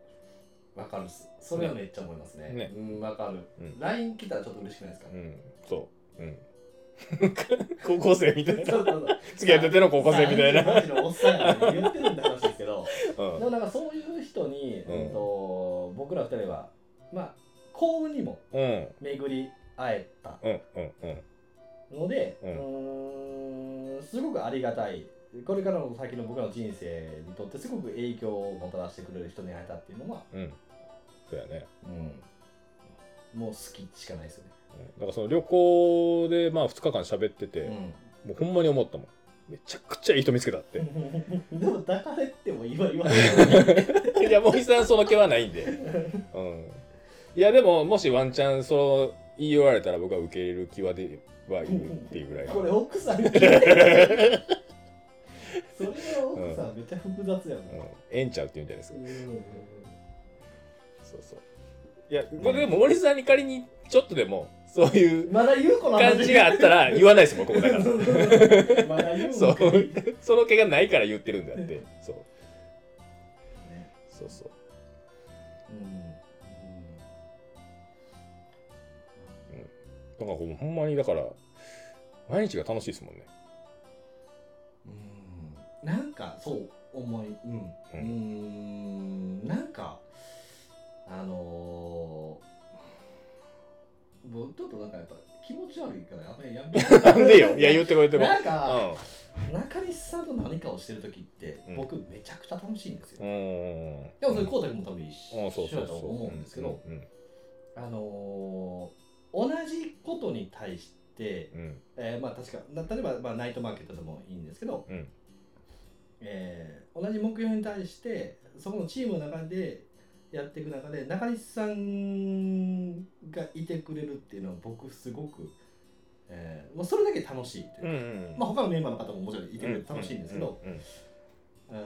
分かるっすそれはめっちゃ思いますね
ね
うん分かる、
うん
LINE 来たらちょっと嬉しくないで すか、
うん。そう。うん。 高校生みたいな。
そうそうそう
付き合ってての高校生みたいな。
マジのおっさんが言ってるんだ話ですけど
うん
で。もなんかそういう人に、
うん
うん、と僕ら二人はまあ幸運にも
うん。
巡り会えた
うん。うん。うん。
ので、う
うん
ーんすごくありがたいこれからの先の僕らの人生にとってすごく影響をもたらしてくれる人に会えたっていうのは、
うん。そうやね。
うん、もう好きしかないですよね、
うんなんかその旅行でまあ2日間喋ってて、もうほんまに思ったもんめちゃくちゃいい人見つけたって
うん、 でも抱かれても今言わない
いや森さんその気はないんで、うん、いやでももしワンチャンそう言い寄られたら僕は受け入れる気はではいるっていうぐらい
これ
の
奥さんに聞いてそれは奥さんめっちゃ複雑やもん、
うんええんちゃうって言うんじゃないですか
うん
そうそういやこれでも森さんに仮にちょっとでもそういう
まだ言う子の
感じがあったら言わないですもんここだ から
ら まだ言う子
そうその気がないから言ってるんだってそうそうそう
うんうん
なんかこうほんまにだから毎日が楽しいですもんね
うんなんかそう思いうん、う
うん
ん、なんかあのー、僕ちょっとなんかやっぱ気持ち悪いからやめや
な
め
んでよいや言ってこい言ってこい
なんか、
う
中西さんと何かをしてる時って、
うん
僕めちゃくちゃ楽しいんです
ん
よ、
うん
でもそれコータ君も多分一
うんそう
緒
そ
だ
う
と
そう
思うんですけど、
うん
あのー同じことに対して、
うん
えーまあ確かな例えば、まあ、ナイトマーケットでもいいんですけど、
うん
えー同じ目標に対してそこのチームの中でやっていく中で中西さんがいてくれるっていうのは僕すごく、えーもうそれだけ楽しいと
う
い
ん
う
う
か、
んうん
まあ、他のメンバーの方ももちろんいてくれて
うん
楽しいんですけど、
うんうん
うー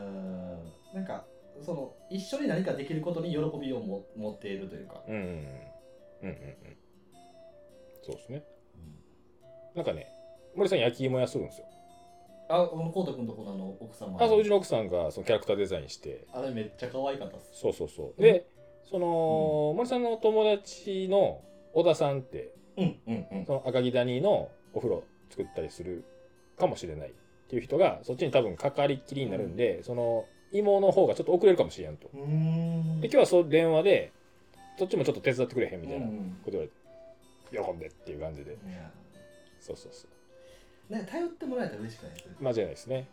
んなんかその一緒に何かできることに喜びをも持っているというか、
うんうんうんうんうんうんそうですねなんかね森さん焼き芋屋するんですよ
あこのコート君とこのあの奥様
あそううちの奥さんがそのキャラクターデザインして
あれめっちゃ可愛かったっす
そうそうそうでその森さんの友達の小田さんって
うんうんうん
その赤城谷のお風呂作ったりするかもしれないっていう人がそっちに多分かかりっきりになるんで、その芋の方がちょっと遅れるかもしれんと
うーん
で今日はそう電話でそっちもちょっと手伝ってくれへんみたいな
う
こ
ん
と言われて喜んでっていう感じで
うんいや
そうそうそう
ね頼ってもらえたら嬉しくないですか
間違いないですね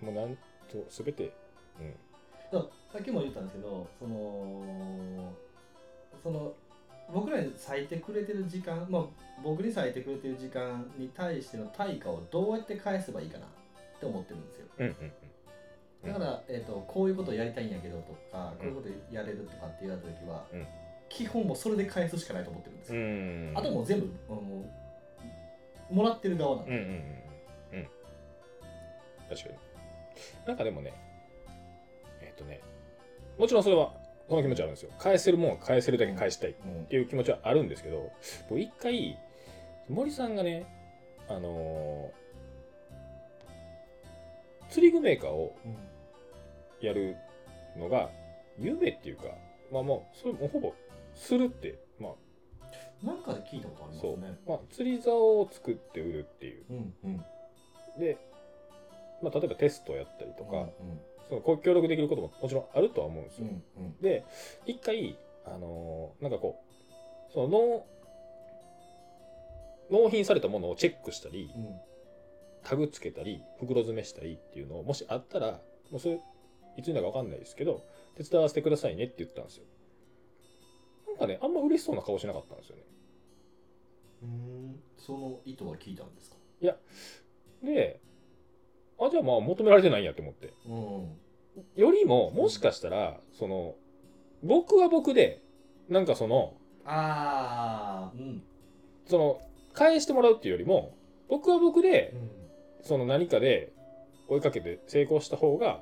もうなんと全てうん
そうさっきも言ったんですけどそのその僕らに割いてくれてる時間まあ僕に割いてくれてる時間に対しての対価をどうやって返せばいいかなって思ってるんですよ
うんうんうん
だから、えー、とこういうことをやりたいんやけどとか、こういうことやれるとかって言われた時は、
うん
基本もうそれで返すしかないと思ってるんです
う
よ、
ん
あともう全部あのもらってる側な
う
ん
ん
で、
うんうんうん確かになんかでもねえっ、とねもちろんそれはその気持ちはあるんですよ返せるもんは返せるだけ返したいっ
うん
ていう気持ちはあるんですけど僕一回森さんがねあのー釣り具メーカーを
うん
やるのが夢っていうかまあまあそれもほぼするってまあ
なんかで聞いたことあります
そう
ね、
まあ、釣り竿を作って売るっていう
うんうん
で、まあ、例えばテストをやったりと
と
か、
うん
そのこう協力できることももちろんあるとは思うんです
う
よ。
んうん
で一回、あのーなんかこうその納納品されたものをチェックしたり
うん
タグつけたり袋詰めしたりっていうのをもしあったらもうそれいつになるか分かんないですけど手伝わせてくださいねって言ったんですよ。なんかねあんま嬉しそうな顔しなかったんですよね。
うんその意図は聞いたんですか
であじゃあまあ求められてないんやって思って。
うんうん
よりももしかしたらその僕は僕でなんかその
ああうん
その返してもらうっていうよりも僕は僕で
うん
その何かで追いかけて成功した方が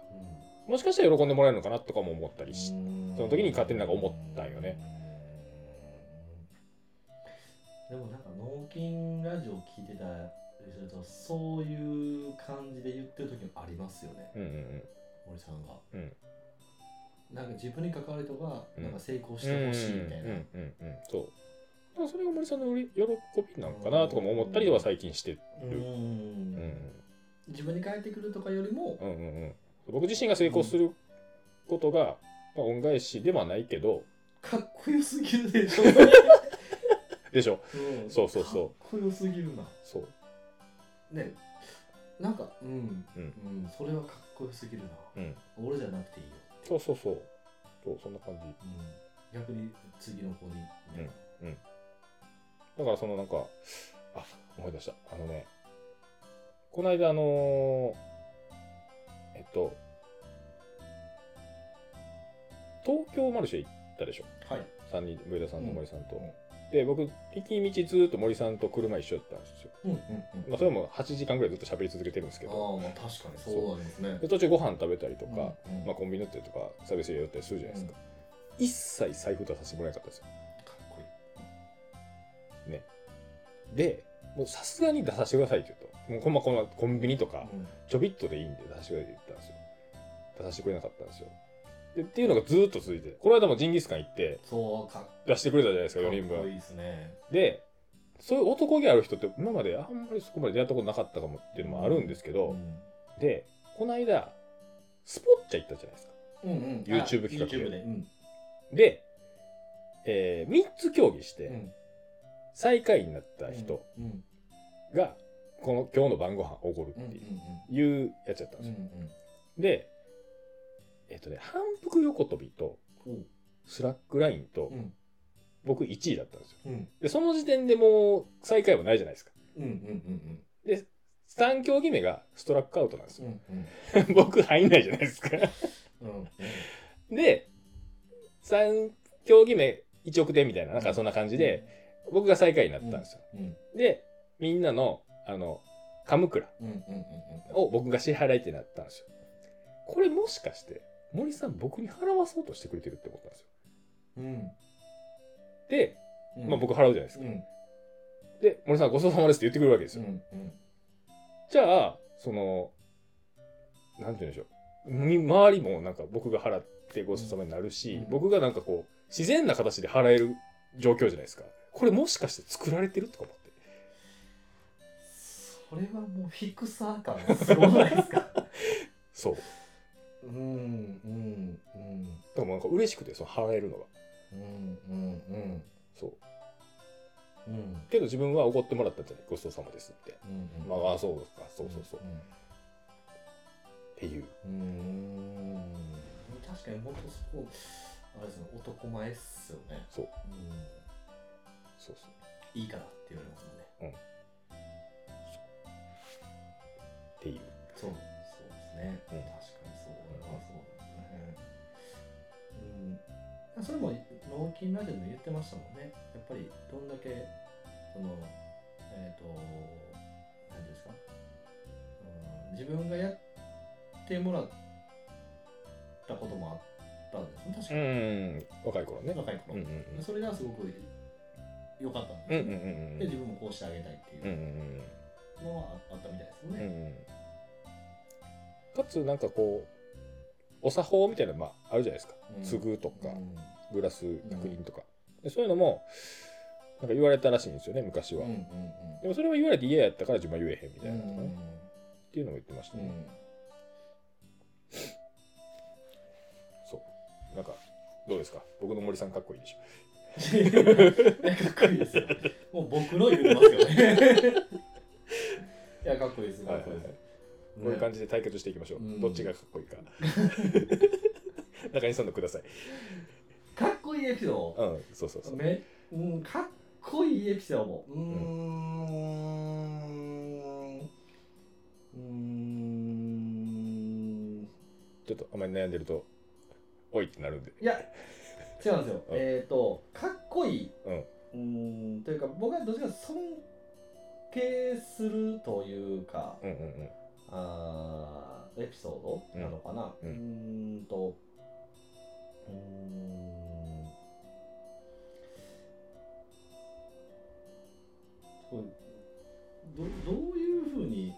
もしかしたら喜んでもらえるのかなとかも思ったりし
うん
その時に勝手になんか思ったんよね
でもなんか脳筋ラジオ聞いてたりするとそういう感じで言ってる時もありますよね
うんうん
森さんが、
うん
なんか自分に関わる人が
うん
なんか成功し
うん
てほしいみたいな、
うんうんうんうんそうだからそれが森さんの喜びなのかなとかも思ったりは最近してるうん
うん自分に返ってくるとかよりも
う、んうんうん僕自身が成功することが、まあ、恩返しではないけど
かっこよすぎるでしょ、
でしょ
ん
そうそうそう
かっこよすぎるな
そう
ねなんかうん、
う
うんんそれはかっこよすぎるな、
うん
俺じゃなくていいよ、
そうそうそうそうそんな感じ
うん、逆に次の子に、
だからそのなんか、あ、思い出した。あのね、この間あのーえっと、東京マルシェ行ったでしょ。
はい
3人、上田さんと
うん
森さんと。
うん
で、僕、行き道ずっと森さんと車一緒だったんですよ。
うんうん
まあ、それも8時間ぐらいずっと喋り続けてるんですけど、
ああまあ確かにそうなんですね
で途中ご飯食べたりとか、
うんうん
まあ、コンビニ寄ったりとか、サービスエリア寄ったりするじゃないですか。一切財布出させてもらえなかったんですよ。
かっこいい
で、もうさすがに出させてくださいって言うと、もうこんまこんまコンビニとか、ちょびっとでいいんで出させてくれって言ったんですよ。出させてくれなかったんですよ。でっていうのがずーっと続いて、この間もジンギスカン行って
そうかっ
出してくれたじゃないですか、4人
かっこい
分。
いですね
で、そういう男気ある人って今まであんまりそこまで出会ったことなかったかもっていうのもあるんですけど、
うん
で、この間、スポッチャ行ったじゃないですか。
うんうん、
YouTube
あ
企画で
YouTube で、うん
で、え3つ競技して、
うん
最下位になった人
うんうん
が、この今日の晩ご飯おごる
うんうん
っていうやつやったんです
うんう
よ。
ん
で、えっとね、反復横跳びと
うん
スラックラインと
おうん
僕1位だったんですよ。
うん
で、その時点でもう最下位はないじゃないですか。
うんうんうん
で、3競技目がストラックアウトなんです
う
よ。
ん うん
僕入んないじゃないですか。
うん
で、3競技目1億点みたいな、なんかそんな感じで、僕が最下位になったんですよ。
うん
で、みんなの、あの、カムクラ
うんうんうん
を僕が支払いってなったんですよ。これもしかして、森さん僕に払わそうとしてくれてるって思ったんですよ。
うん
で、
うん
まあ僕払うじゃないです
う
か。
ん
で、森さんごちそうさまですって言ってくるわけです
う
よ。
んうん
じゃあ、その、なんて言うんでしょう。み周りもなんか僕が払ってごちそうさまになるし、
うん
僕がなんかこう、自然な形で払える状況じゃないですか。これもしかして作られてるとか思って。
それはもうフィクサー感がすごないですか
そう。
うんうんうん
だからもうなんか嬉しくて、その払えるのが。
うんうんうん
そう。
うんうん
けど自分はおごってもらったんじゃないごちそうさまですって。
うん
まあ、あそうか、そうそうそう。
ん
っていう。
うーん確かに本当そこあれですね男前っすよね
そう
う
そうそう。
んいいからって言われますもんね
っていう。
そうそうですね、
うん
確かにそうあそうですねうんそれも脳筋ラジオでも言ってましたもんねやっぱりどんだけそのえっ、と何ていうんですか、うん、自分がやってもらったこともあったんですね確
うん。
かに、
若い頃ね。
若い頃、
うんうん
それがすごく良かったん
うん。うん
ですね、
うんう
で
ん
自分もこうしてあげたいって
うん。うんうん
いう
うん。
うのはああったみたいです
う
ね、
んかつなんかこうお作法みたいなのまああるじゃないですか
うん
継ぐとか
うん
グラス百輪とか、でそういうのもなんか言われたらしいんですよね昔は、
うんうん
でもそれは言われて嫌やったから自分は言えへんみた
う
い
ん
なとかね、っ
うん
ていうのも言ってました
う
ね、
ん
そうなんかどうですか僕の森さんかっこいいでしょ
いやかっこいいですよ。もう僕の言うてますよね。いや、かっこいいです、かっこいいです。
はいこういう感じで対決していきましょう、
うん
どっちがかっこいいか中西さんのください
かっこいいエピソ
う
ー
んそうそうそ
ド。
う
めうん、かっこいいエピソードも。うー。
うん
うーん。
ちょっとあまり悩んでるとおいってなるんで
いや、違うんですよ。
うん
えっ、と、かっこいい。
うん
うーん、というか、僕はどっちかというと尊敬するというか、
うんうんうん
あーエピソードなのかな、
う
うんん、
うん
ーんとうーんこれどどういうふうに、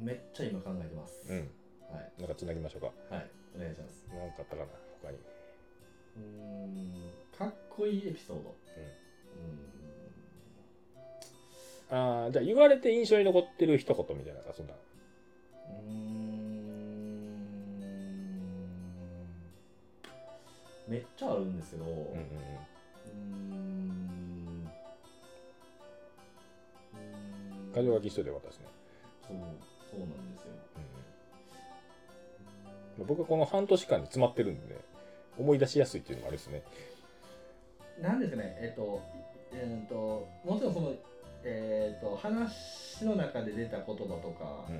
うん、めっちゃ今考えてま
う
す、
ん
はい
なんかつなぎましょうか。
はいお願いします
なんかあったかな、他に。
うーんかっこいいエピソード
ああ、じゃあ言われて印象に残ってる一言みたいな、そんな。
うーんめっちゃあるんですけど、
うんうんうん。
うーんうー
箇
ん
条書き一人でよかったですね。
そうそうなんですよ
うんうん、僕はこの半年間に詰まってるんで、思い出しやすいっていうのもあるですね。
なんですかねえっ、とえっ、ともちろんそのえっ、と話の中で出た言葉とか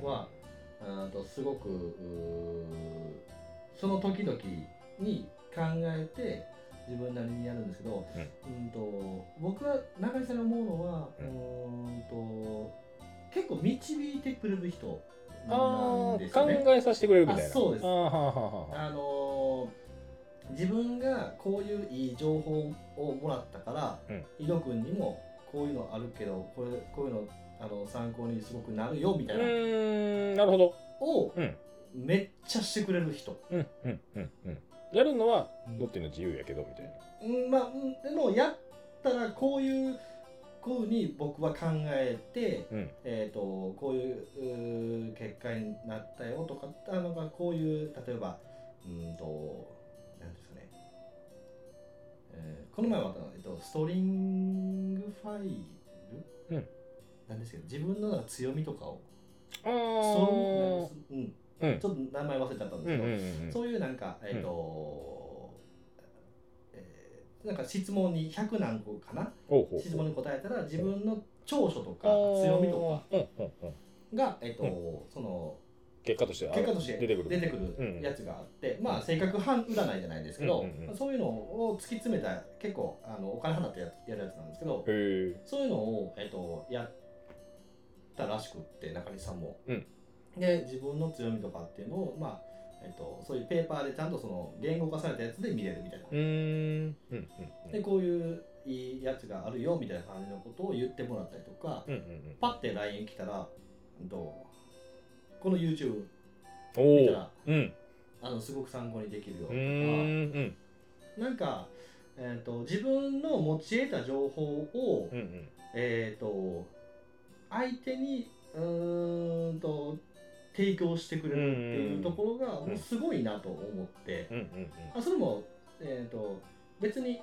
は、あーとすごくうーその時々に考えて自分なりにやるんですけど、うん、と僕は中井さんに思うのは、
う
うんーんと結構導いてくれる人な
あ
ん
あ、
ですよ
考
ね。
えさせてくれるみたいな。
あそうです
あーはーはーはーは
あのー自分がこういういい情報をもらったから、
うん
井戸君にもこういうのあるけどこれこういうのあの参考にすごくなるよみた
ー
いうな、
ーん、なるほど。
を
うん。
めっちゃしてくれる人、
うんうんうんうん。やるのは、
うん
ロッテの自由やけど、みたいな。
うんまあ、うんでもやったらこういうこういうふうに僕は考えて、
うん。
えー、とこういううー結果になったよとかあのまあこういう例えばうーんと何ですかね、えーこの前は、えっと、ストリングファイル、
うん
なんですけど自分のなんか強みとかを
ああ
そ
うん
うん
うん
ちょっと名前忘れちゃったん
うんう
です
ん
けど、
うん
そういうなんかえっ、と、えーなんか質問に100何個かな
ほうほう
質問に答えたら自分の長所とか
あー
強みと
うんうんうん
かが、えっと
う
その
結果としてあ
結果として
出てくる
出てくるやつがあって、まあ性格半占いじゃないですけど、
うんうんうん
まあそういうのを突き詰めた結構あのお金払ってややるやつなんですけど
へえ
そういうのを、えっとやったらしくって中西さんも。
うん
で自分の強みとかっていうのを、まあえっとそういうペーパーでちゃんとその言語化されたやつで見れるみたいな。
うーんうんうん
でこういういいやつがあるよみたいな感じのことを言ってもらったりとか、
うんうんうん
パッて LINE 来たらうんとこの YouTube
お
見た
お
ら
うん
あのすごく参考にできるよ
うーんうん
なんか、えー、と自分の持ち得た情報を、
うんうん
えー、と相手にうーんと提供してくれるっていうところが
ん
もうすごいなと思って、
うんうん
あそれも、えー、と別に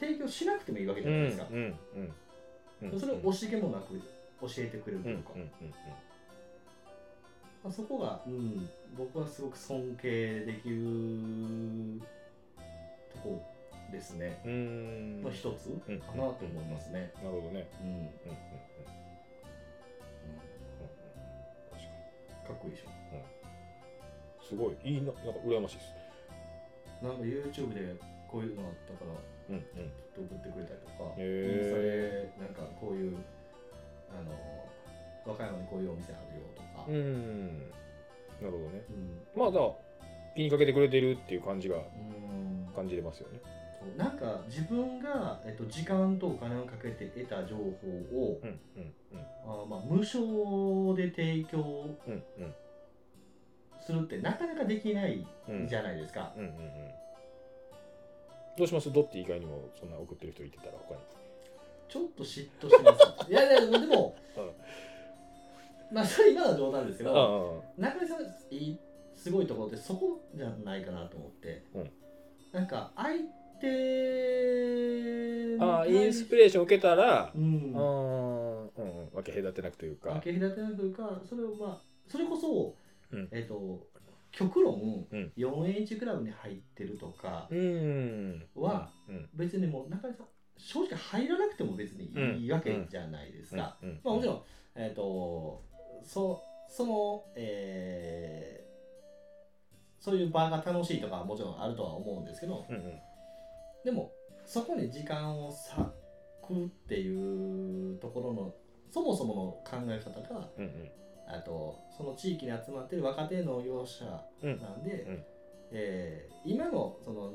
提供しなくてもいいわけじ
う
ゃない
ん
ですか、
うんうんうん
それを惜しげもなく教えてくれると
うん
いううんか、
うんうん
まあ、そこが、うん、僕はすごく尊敬できるとこですね
うーん
の一つ
うん
かなと思いますね。
なるほどね
うん、
うんうんうん確か
かっこいいでし
にすごいいいななんか羨ましいです
ょなんか YouTube でこういうのあったから
うんうん
ちょっと送ってくれたりとか、インスタ
へ
でなんかこういうあの和歌山にこういうお店あるよとか、
うーんなるほどね
うん
まあだから気にかけてくれてるっていう感じが
うん
感じれますよね
そうなんか自分が、えっと、時間とお金をかけて得た情報を、
うんうん
あーまあ、無償で提供
うんうん
するってなかなかできない
うんうん
じゃないですか、
うんうんうんどうしますドッティ以外にもそんな送ってる人いてたら他に
ちょっと嫉妬しま すいやいやでもまあそれ今のは冗談ですけど、
あ
中井さんのいいすごいところってそこじゃないかなと思って、
うん
なんか相手
あああインスピ
レ
レーション受けたら
うん
ああうんうん分け隔てなくというか
分け隔てないというかそれをまあそれこそ、
うん
えっ、と極論、
うん
4H クラブに入ってるとか、
うーん
は
うん
別にもう中井さん正直入らなくても別にいいわけじゃないですか、
うんうん
まあ、もちろん、えっとそその、えーそういう場が楽しいとかはもちろんあるとは思うんですけど
うんうん
でもそこに時間を割くっていうところのそもそもの考え方が
うんうん
あとその地域に集まってる若手農業者
うん
なんで、
うん
えー今のその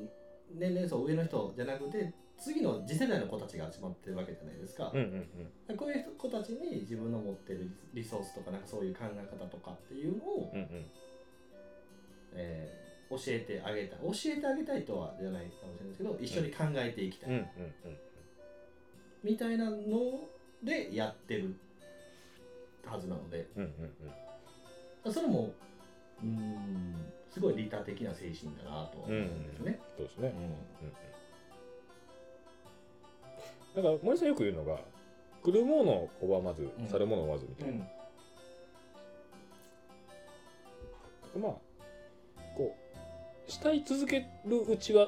年齢層上の人じゃなくて次の次世代の子たちが集まってるわけじゃないですか
うんう、ん
こういう子たちに自分の持ってるリソースとかなんかそういう考え方とかっていうのを、
うんうん
えー教えてあげたい教えてあげたいとはじゃないかもしれないですけど一緒に考えていきたい、
うんうんうん
みたいなのでやってるはずなので
うんうんうん
それもうーんすごい利他的な精神だなとは思うんですね。
そうですね
う、
だ
ん
から森さんよく言うのが「来るものを拒まず
ん
去るものを追わず」みた
う
いな、
ん
まあこうしたい続けるうちは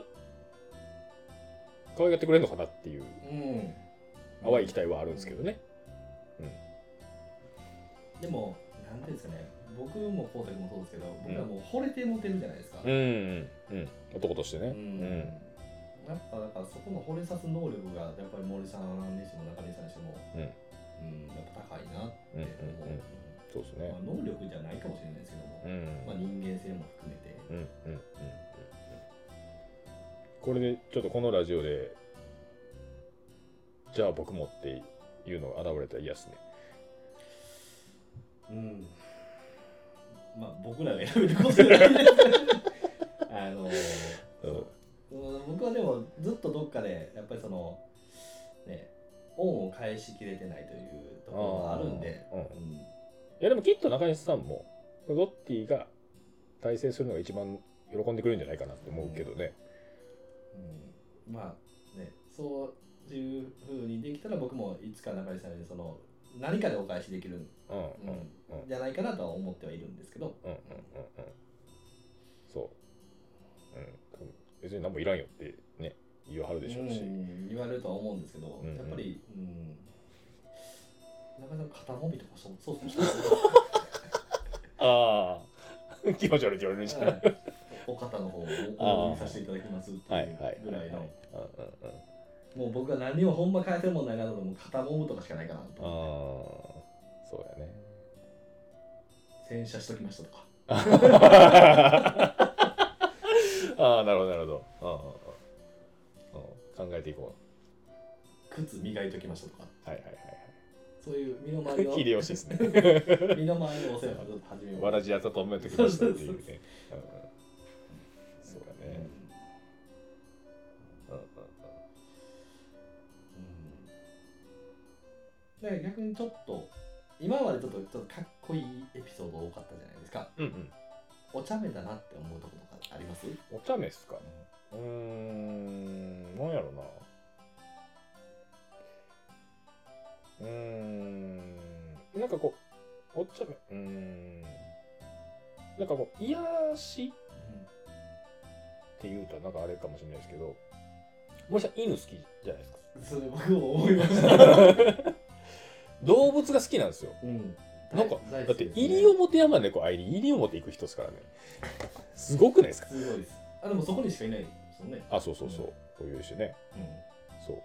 可愛がってくれるのかなっていう
うん
淡い期待はあるんですけどね、
でもなんていうんですかね僕もこうたくもそうですけど僕はもう惚れてモテるじゃないですか。
うん、うんうん男としてね、
やっぱだからそこの惚れさす能力がやっぱり森さんにしても中西さんにしても、
うん
うん、やっぱ高いなって
うんうんうん
思う、
そうですね
まあ、能力じゃないかもしれないですけども、
うん
まあ、人間性も含めて、
うんうんうんうんこれでちょっとこのラジオでじゃあ僕もっていうのが現れたら嫌ですね
うんまあ、僕らが選べることじゃないですけどあの
うん
うん僕はでもずっとどっかでやっぱりそのね恩を返しきれてないというところがあるんで、
あーうん
うん
いやでもきっと中西さんもドッティが対戦するのが一番喜んでくれるんじゃないかなって思うけどね。
うんまあねそういうふうにできたら僕もいつか中西さんにその何かでお返しできるん
うんうんうん
じゃないかなとは思ってはいるんですけど、
うんうんうんうんそう、うん、別に何もいらんよってね言わはるでしょうし、
うん言われるとは思うんですけど、
うんうん
やっぱり、うん、中西さん肩もみとかそうそうそう
ああ 気持ち悪い気持ち悪いじゃん
はいお肩の方をお送りさせていただきますって
はいいは
う
い
ぐらい
は
の
いうんうんうん
もう僕が何にもほんま返せるもんないなと思ってもう肩もむとかしかないかな
ああ
と
そうやね
洗車しときましたとか
ああなるほどなるほどああああうん考えていこ
靴磨いときましたとか
うはいはいは
そういう身の
い
回り
は い
の
秀吉ですね
身の回りのお世話からちょっと始めよう
わらじやったと思ってきましたっていうねうんうんそうだ
うん
ねうんうん
だから逆にちょっと今までちょっとちょっとかっこいいエピソード多かったじゃないですか
うんうん
お茶目だなって思うとことかあります
お茶目っすかうーん、なんやろな。うーん、なんかこう、おっちゃめ、うーん、なんかこう、癒しって言うたらなんかあれかもしれないですけど、もしかしたら犬好きじゃないですか。
それ僕も思いました、
動物が好きなんですよ。
うん、
なんか
大
だ
好
っ
き
て、
ですね
西表山猫会いに西表行く人ですからね。すごくないですか
すごいですあでもそこにしかいないですよね
あ、そうそうそう。こういうしね。
うん
そう。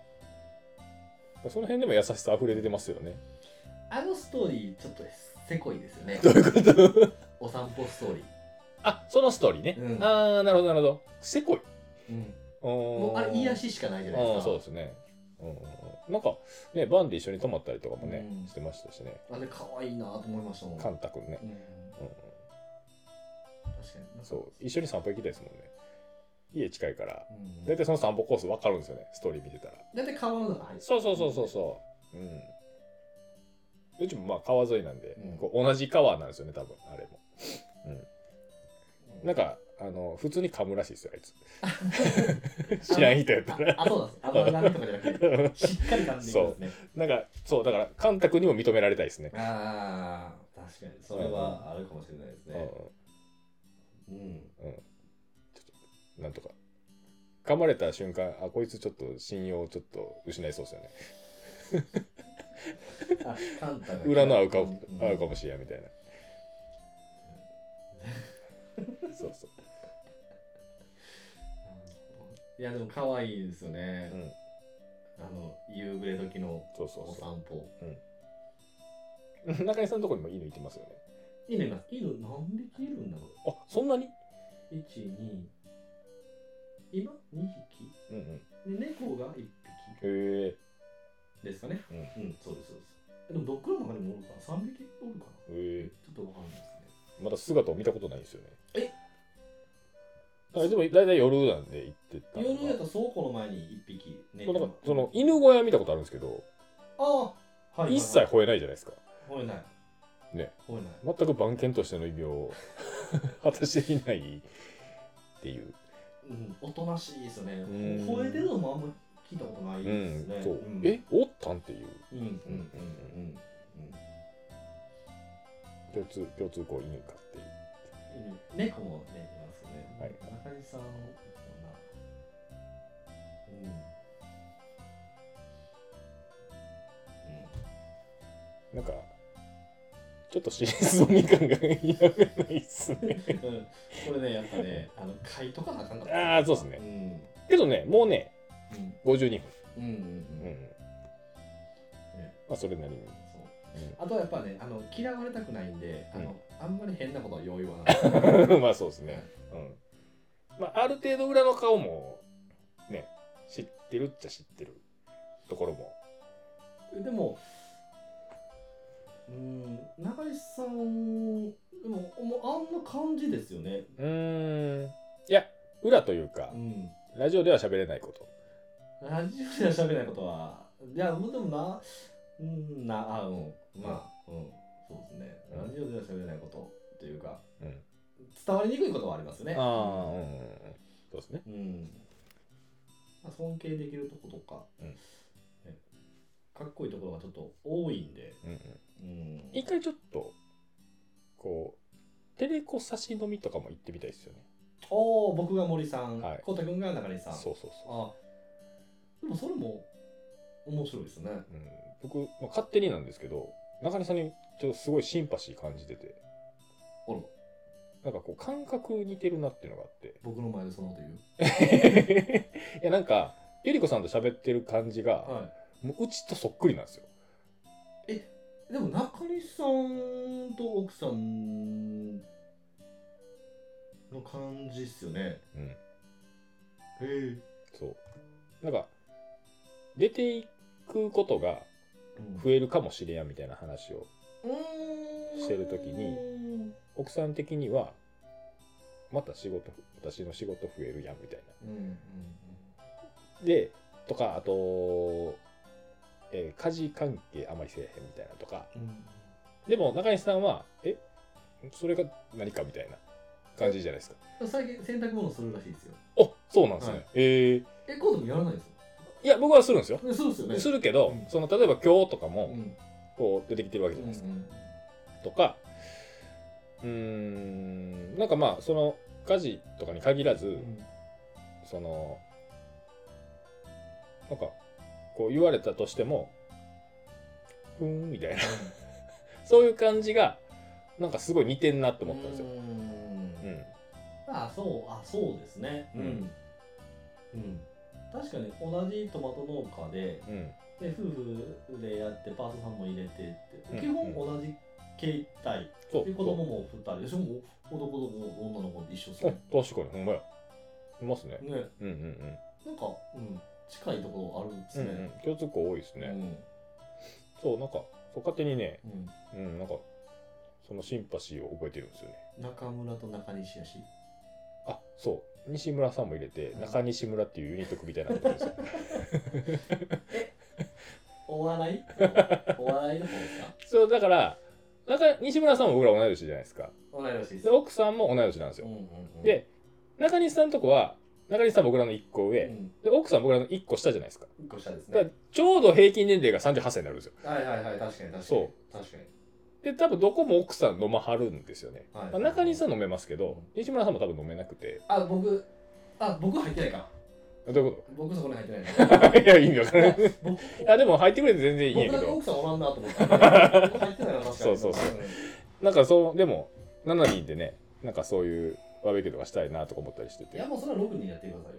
その辺でも優しさ溢れ出てますよね。
あのストーリーちょっとせこいですよね
どういうこと
お散歩ストーリー、
あそのストーリーね、
うん
ああなるほどなるほどせこい
も
も
うあれ癒ししかないじゃないです
う
か
んそうですね、うんうんうん、なんかねバンで一緒に泊まったりとかもね、
うん
してましたしね
あれ可愛いなと思いましたもん、
カンタ君ね、
うん、
うんうん、
確かに
そう一緒に散歩行きたいですもんね家近いから
うん
大体その散歩コース分かるんですよねストーリー見てたら
だいたい川の中入って
そうそうそうそうそううんうちもまあ川沿いなんで、
うん
こう同じ川なんですよね多分あれも
う
なんかあの普通に噛むらしいですよあい つ 知らん人やったら
ああそうなんですあの波とかじゃなく てしっかり噛んでいくんですね
なんか、そう、だから、カンタ君にも認められたいですね。
ああ確かにそれはあるかもしれないです
うんうん
ねうん
なんとか。噛まれた瞬間、あ、こいつちょっと信用ちょっと失いそうですよね。
あカンタが
裏の合うか、
ん
合うかもしれや、みたいな。そうそう。
いやでも可愛いですよね、
うん、
あの夕暮れ時の
そうそ
お
う
散歩
そう。中井さんのとこにも犬いてますよね。
犬います犬何匹いるんだろ
あ、そんなに
う12今2
う
匹
んうん。
で猫が1匹
へえ。
ですかね
うん
うんそうですそうですえでもどっからの中にもおるかな3匹おるか
へ
な
え。
ちょっとわかんないですね
まだ姿を見たことないんですよね。
え
あでも、だいたい夜なんで行ってたのが。
夜やったら倉庫の前に1匹ね
そうなんかその犬小屋見たことあるんですけど、
ああはいはいはい
一切吠えないじゃないですか。
吠えない
ね
吠えない
全く番犬としての異名を 果たしていないっていう。
うんおとなしいですよね
ん
吠えてるのもあんま聞いたことないですね
そう
うん
えおったんっていう
うんうんうんうんうん
共通共通項犬かっていう。
猫もね、いますよね。
はい
中井さんもな。うん。
なんかちょっとシリーズみ感が否めないっす ね。
うん、 うんこれね、やっぱね、あの、買いとかなあかんかった。
ああそうです
う
ね。
ん。
けどねもうね
うん。
52
うん。うん。
分。
う
うんん。まあそれなりに。
そう
うん
あとはやっぱね、あの、嫌われたくないんで、あ
う
の、あんまり変なことは用意はない。
まあそうですね。うん。まあある程度裏の顔もね知ってるっちゃ知ってるところも。
でも、うん、中西さん、でも、もうあんな感じですよね。
うーん。いや裏というか。
うん。
ラジオでは喋れないこと。
ラジオでは喋らないことは、いや、もうでもな、うん、な、あ、うん、まあ、うん、そうですね。
うん
ラジオでは喋らないことというか、
うん。
伝わりにくいことはありますよね。
ああ、うん。そうですね。
うん。まあ、尊敬できるとことか、
うん
ねかっこいいところがちょっと多いんで、
うんうん
うん、
一回ちょっとこうテレコ差し飲みとかも行ってみたいですよね
おお僕が森さん
はい
こうたくんが中西さん
そうそうそ
あでもそれも面白いですね
う、うん、僕、まあ、勝手になんですけど中根さんにちょっとすごいシンパシー感じてて
あら
なんかこう感覚似てるなっていうのがあって
僕の前でそのこと言う
いやなんかゆりこさんと喋ってる感じが、
は
もううちとそっくりなんですよ
いでも中西さんと奥さんの感じっすよね
うん
へえ、
そうなんか出ていくことが
うん
増えるかもしれやんみたいな話を
うーん
してる時に奥さん的にはまた仕事私の仕事増えるやんみたい
うんうんうん
なでとかあと、えー家事関係あまりせえへんみたいなとか
うん
でも中西さんはえそれが何かみたいな感じじゃないですか
最近洗濯物するらしいですよ
あそうなんですね、
はい
え
えコートもやらないです
ーいや僕はするんですよ
よねそうですよね
するけど、
うん
その例えば今日とか
う
も
ん
こう出てきてるわ
う
け
ん
じゃ
う
なんいですか、とかうーんなんかまあその家事とかに限らず、
うん
そのなんかこう言われたとしてもふーんみたいなそういう感じがなんかすごい似てんなって思ったんですよ。
う
うんん
あそうあそうですね
うん
うん確かに同じトマト農家で
うん
で夫婦でやってパートさんも入れてって、
うん
基本同じ形態
そう
で子供も2人でしょもう男の子女の子って一緒です
そう
ね,、
あ確かにほんまやいますね。
ね
うんうんうん
なんか、うん、近いところあるんです
うん
ね、
うん、共通項多いです
うん
ね。そうなんかそう勝手にね、
うん
うん、なんかそのシンパシーを覚えてるんですよね。
中村と中西やし
あそう西村さんも入れて
うん
中西村っていうユニット組みたいなのやってるんですよ。
お笑いお笑いの方ですか
そうだから中西村さんも僕ら同い年じゃないですか。
お笑いらしいです
で奥さんも同い年なんですよ
うん。うんうん、
で中西さんとこは中西さん僕らの1個
う
上、
ん、
で奥さん僕らの1個下じゃないですか
一個下です
だから
ね
ちょうど平均年齢が38歳になるんですよ
はいはいはい確かに確かに
そ
確かに
で多分どこも奥さん飲まはるんですよね、
はい
まあ中西さん飲めますけど西村さんも多分飲めなくて
あ、僕、あ、僕入ってないか。
あどういうこ
僕そこに入ってな いな。
といや意味わかん ないい
僕、
やでも入ってくれて全然いいんや
僕
け
だけ
ど
奥さんおらんなと思ったんで。僕入ってないな、確かに。
そうそうそう
うん。
なんかそうでも7人でねなんかそういうバーベキューとかしたいなとか思ったりして
い
て
や、
あ
もうそれは6人やってくださ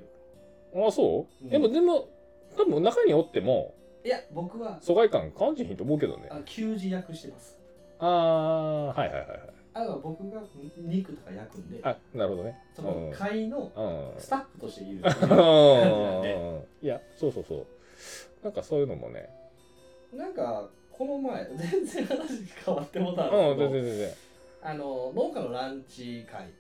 いよ。
そう、
うん
でもでも多分中におっても
いや、僕は、
疎外感感じひんと思うけどね
あ給仕役してます。
ああはいはいはいはい
あ僕が肉とか焼くんで、
あなるほどね
その会の
うん
スタッフ としている。
いや、そうそうそう。なんかそういうのもね。
なんか、この前、全然話変わってもたん
うん、全
ですけど、
然全然。
あの、農家のランチ会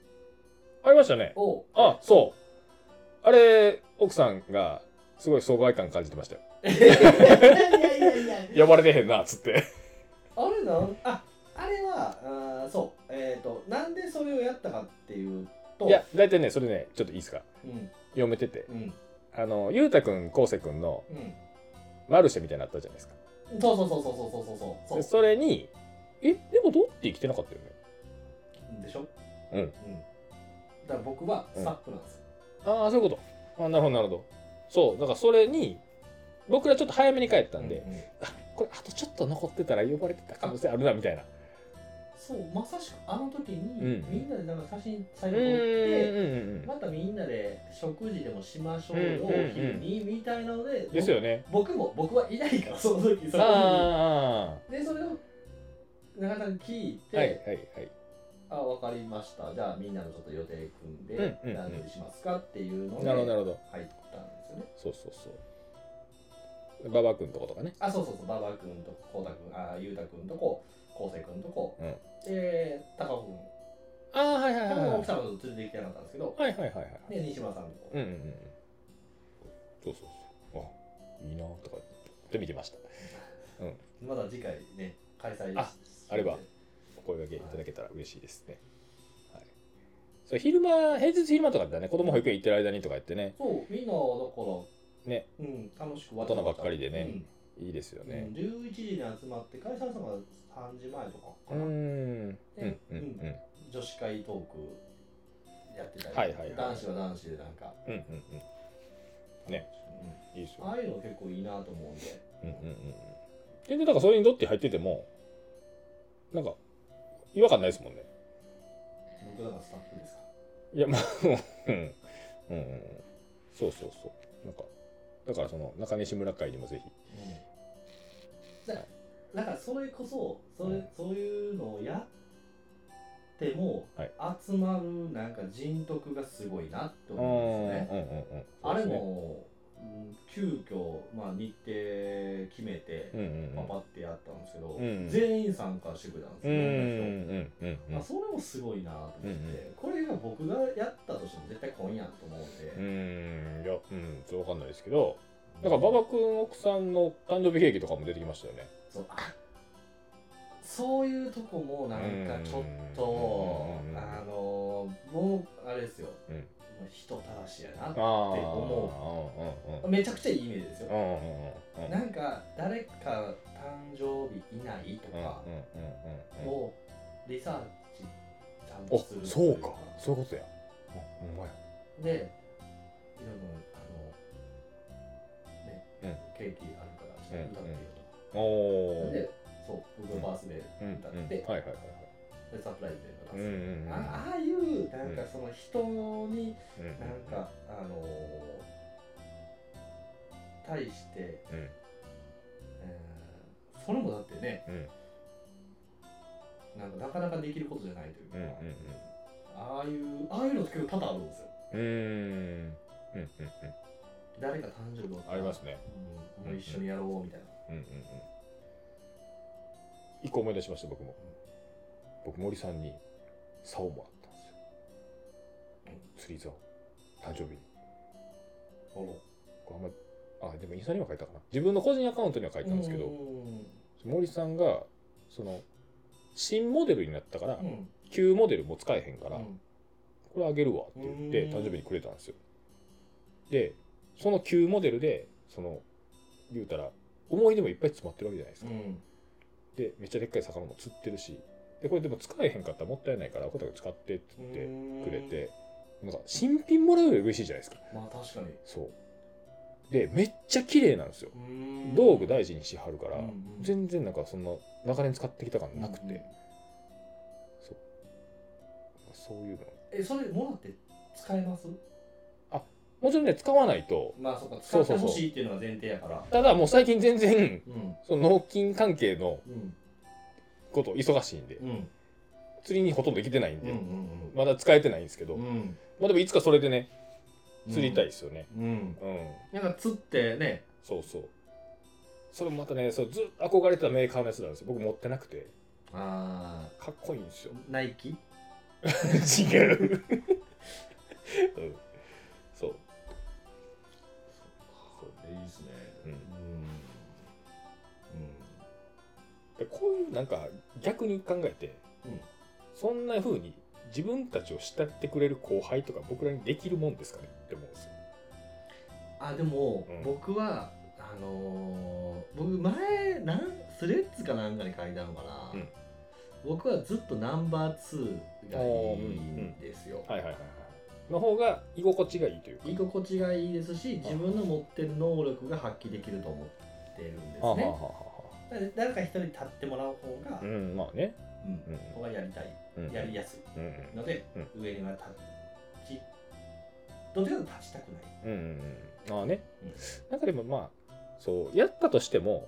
ありましたね。
を、
あ、そう。あれ、奥さんが、すごい疎外感感じてましたよ。
いやいやいやいや。
呼ばれてへんな、つって。
あれなんああれはあーそうえっ、となんでそれをやったかっていうと
いや、大体ね、それね、ちょっといいですか。
うん
読めてて。
うん
あの、ゆうたくん、こうせくんの
う
マルシェみたいなのあったじゃないですか。
んそうそうそうそうそうそうそう
で
そ
それに、え、でもどうって生きてなかったよね。
うでしょ
うん
うんだから僕はスタッフなんです、
ああ、そういうこと。あなるほど、なるほど。そう、だからそれに、僕らちょっと早めに帰ったんで、
うう
これあとちょっと残ってたら呼ばれてた可能性あるなみたいな。
そうまさしくあの時に、
うん
みんなでなんか写真
う
最後撮って
ん
またみんなで食事でもしましょう
う
よ、
んうんうん
お昼にみたいなので
ですよね。
僕も僕はいないからその時その時
あ
にでそれを中田に聞い
あ。
て、
はいはいはい。
あ、わかりました。じゃあみんなのちょっと予定組んで、
うんうんうん
何にしますかっていうので
なる
入
ほどな
っ
るほど。
たんですよね。
そうそうそう。馬場君とことかね。
あ、そうそうそう、馬場君とこうた君、あ、ゆうた君とこ、こうせい君とこ、
うん
で、たか君、
ああはいはいはい
た
はい。
か君
は
はい奥様と連れて行きたかったんですけど、
はいはいはい。
で、西村さんとこ、
うんうんうん。そうそうそう。あいいなとかって見てました。
まだ次回ね、開催
あ
す
あればお声掛けいただけたら嬉しいですね。はい。そう昼間平日昼間とかだね子供保育園行ってる間にとか言ってね。
そう、みんなだから、
ね
うん、楽しく
大
わち
人
ゃ
ば
わ
っ
ちゃ
かりでね
うん
いいですよ
う
ね
ん、11時に集まって会社の様が3時前とか
う
か
ん
な、
うんうんうん
女子会トークやってたり、
はいはいはい
男子は男子でなんか、
うんうんうんね
う
いいです
ん、あ
よ
あいうの結構いいなと思うんで、
うんうんうん全然だからそれにどって入っててもなんか違和感ないですもんね
僕らがスタッフですか
いやまあうんうんうんそうそうそうなんかだからその中西村会にもぜひ
ら、うん、だだからそれこそそれ、
うん
そういうのをやっても、
はい
集まるなんか人徳がすごいなって
うん
思
うんう
うん
ん
ですね、
うん
あれも、うん急遽、まあ、日程決めて、
うんうんう
パ
ん
パってやったんですけど、
うん
全員参加してくれたんです
うん
よ、
う
同じ人
んうんうん
あそれもすごいなと思って、
うん
これが僕がやったとしても絶対今夜と思うんで、
うーんいやうんそうわかんないですけどだから馬場君奥さんの誕生日ケーキとかも出てきましたよね
そうあそういうとこもなんかちょっと、
うん
あのもうあれですよ、
うん
もう人たらしや
あ
な
あーうんうんうん
めちゃくちゃいいイメージです
う
よ、
んうんうんうん
なんか誰か誕生日いないとか
うんうんうんうん
をリサーチちゃんと
お
すると
そ
いう
かそういうことやうんほんまや
で、いろいろあの、ね、
うん
ケーキあるから、ちょっと歌ってよ
お
と
お
か。
ー
で、そう、僕のバースデ
うん
ー歌
う
っ
ん
て、
はいはいはい
でサプライズで歌
う
っ
んう
て。
んうん
あああいう、なんかその人に、
うんうん
なんか、あのー対して、
うん
うんそれもだってね、
うん
なんかなかなかできることじゃないというか
うんうんうん、
ああいう、ああいうのって結構多々あるんですよ。
うーんうんうんうん
誰か誕生日を
ありますね
うん、もう一緒にやろうみたいな。
うんうんうん一個思い出しました僕も僕森さんに竿もあったんですよ釣り竿誕生日にこれあんまあでもインスタには書いたかな自分の個人アカウントには書いたんですけ
う
ど
ん
森さんがその新モデルになったから
うん
旧モデルも使えへんから
うん
これあげるわって言って
うん
誕生日にくれたんですよでその旧モデルでその言うたら思い出もいっぱい詰まってるわけじゃないですか
うん
でめっちゃでっかい魚も釣ってるしでこれでも使えへんかったらもったいないからこれ使ってって言ってくれてなんか新品もらうより嬉しいじゃないですか
まあ確かに
そうでめっちゃ綺麗なんですよ道具大事にしはるから全然なんかそんな長年使ってきた感なくて、
うんうん
そういうの
えそれもらって使えます
もちろんね使わないと
まあそっか使
そう
っ
そ
て
うそう
ほしいっていうのが前提やから
ただもう最近全然
うん
その納金関係の
うん
こと忙しいんで
うん
釣りにほとんど行けてないん
うん
で、
うん
まだ使えてないんですけど、
う
ま
ん
あでもいつかそれでね
うん
釣りたいですよね
うん
うん、
なんか釣ってね
そうそうそれもまたねそうずっと憧れてたメーカーのやつなんですよ僕持ってなくて
あ
かっこいいんですよ
ーナイキ
違う、 うん、そう
えいいですね
う
うんん
でこういうなんか逆に考えて、
うん
そんな風に自分たちを慕ってくれる後輩とか僕らにできるもんですかねって思うんですよ。
あでも
うん
僕はあのー僕前なんスレッズかなんかに書いたのかな、
うん
僕はずっとナンバー2がいいんですよ、
はいはいはいはい。の方が居心地がいいというか。
居心地がいいですし自分の持ってる能力が発揮できると思ってるんですね
はあはあは
だから誰か一人立ってもらう方が、
あはあ。うんまあね。
うん
うん
僕はやりたい
うん
やりやす
うん
いので、
うん
上には立ちどっちかというと立ちたくない
うんうんうん。まあね
うん。
なんかでもまあそうやったとしても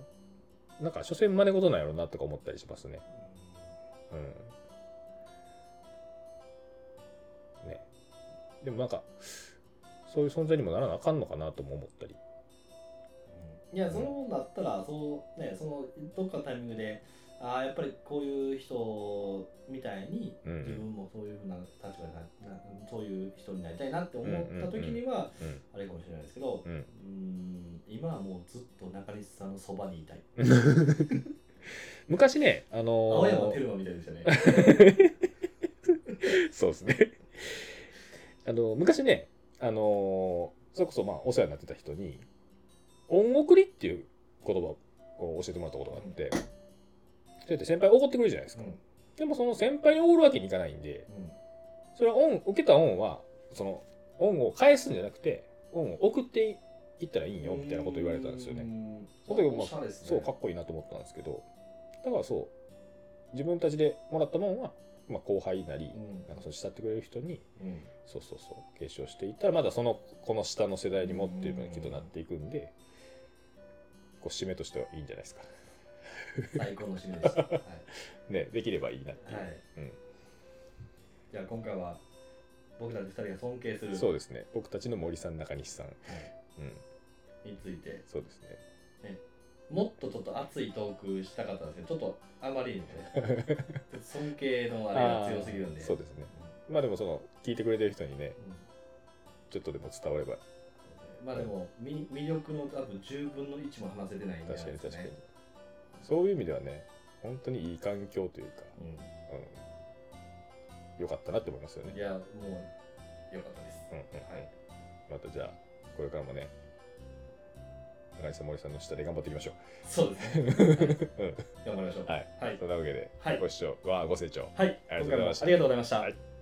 なんか所詮真似事なんやろなとか思ったりしますね。うん。ね。でもなんかそういう存在にもならなあかんのかなとも思ったり。
いやそのもんだったらそうねそのどっかのタイミングでああやっぱりこういう人みたいに
うんうん
自分もそういうふうな立場にななそういう人になりたいなって思った時には
うん
あれかもしれないですけど
うん。
うーん今はもうずっと中西さんのそばにいたい
昔ね、あの
青山
ー
テルマみたいでしたね
そうですね。あの昔ね、あのーそれこそまあお世話になってた人に、恩送りっていう言葉を教えてもらったことがあって、それって先輩怒ってくれるじゃないです
う
か。
ん
でもその先輩に怒るわけにいかないんで、
うん
それは恩、受けた恩は、その恩を返すんじゃなくて、恩を送っていったらいいよみたいなこと言われたんですよね。
ね
その時も
おしゃれですね。
そうかっこいいなと思ったんですけどだからそう自分たちでもらったもんは、まあ、後輩なり、
うん
なんかその慕ってくれる人に
うん
そうそうそう継承していったらまだそのこの下の世代にもっていうのきっとなっていくんで、こう締めとしてはいいんじゃないですか
最高の締めでした。はい。
ねできればいいなっていう、
はい
うん
じゃあ今回は僕たち二人が尊敬する
そうですね僕たちの森さん中西さん、うん
について、
そうですね
もっとちょっと熱いトークしたかったんですけど、ちょっとあまりにね尊敬のあれが強すぎるんで。
あーそうですねまあでもその聞いてくれてる人にね
うんうん
ちょっとでも伝われば
まあでも、み魅力の多分10分の1も話せてないんで、
確かに確かに、
ね
そういう意味ではね本当にいい環境というか、
うん
うん、よかったなって思いますよ
い
ね。
や、もう、よかったです。
うんうんうん
はい
またじゃあこれからもね中西さん森さんの下で頑張っていきましょ
そうです
う。うん
ね。頑張りましょう。
はい、
はい
そんなわけで、
はい
ご視聴わあご清聴
はい、
ありがとうございました
今回もありがとうございました。
はい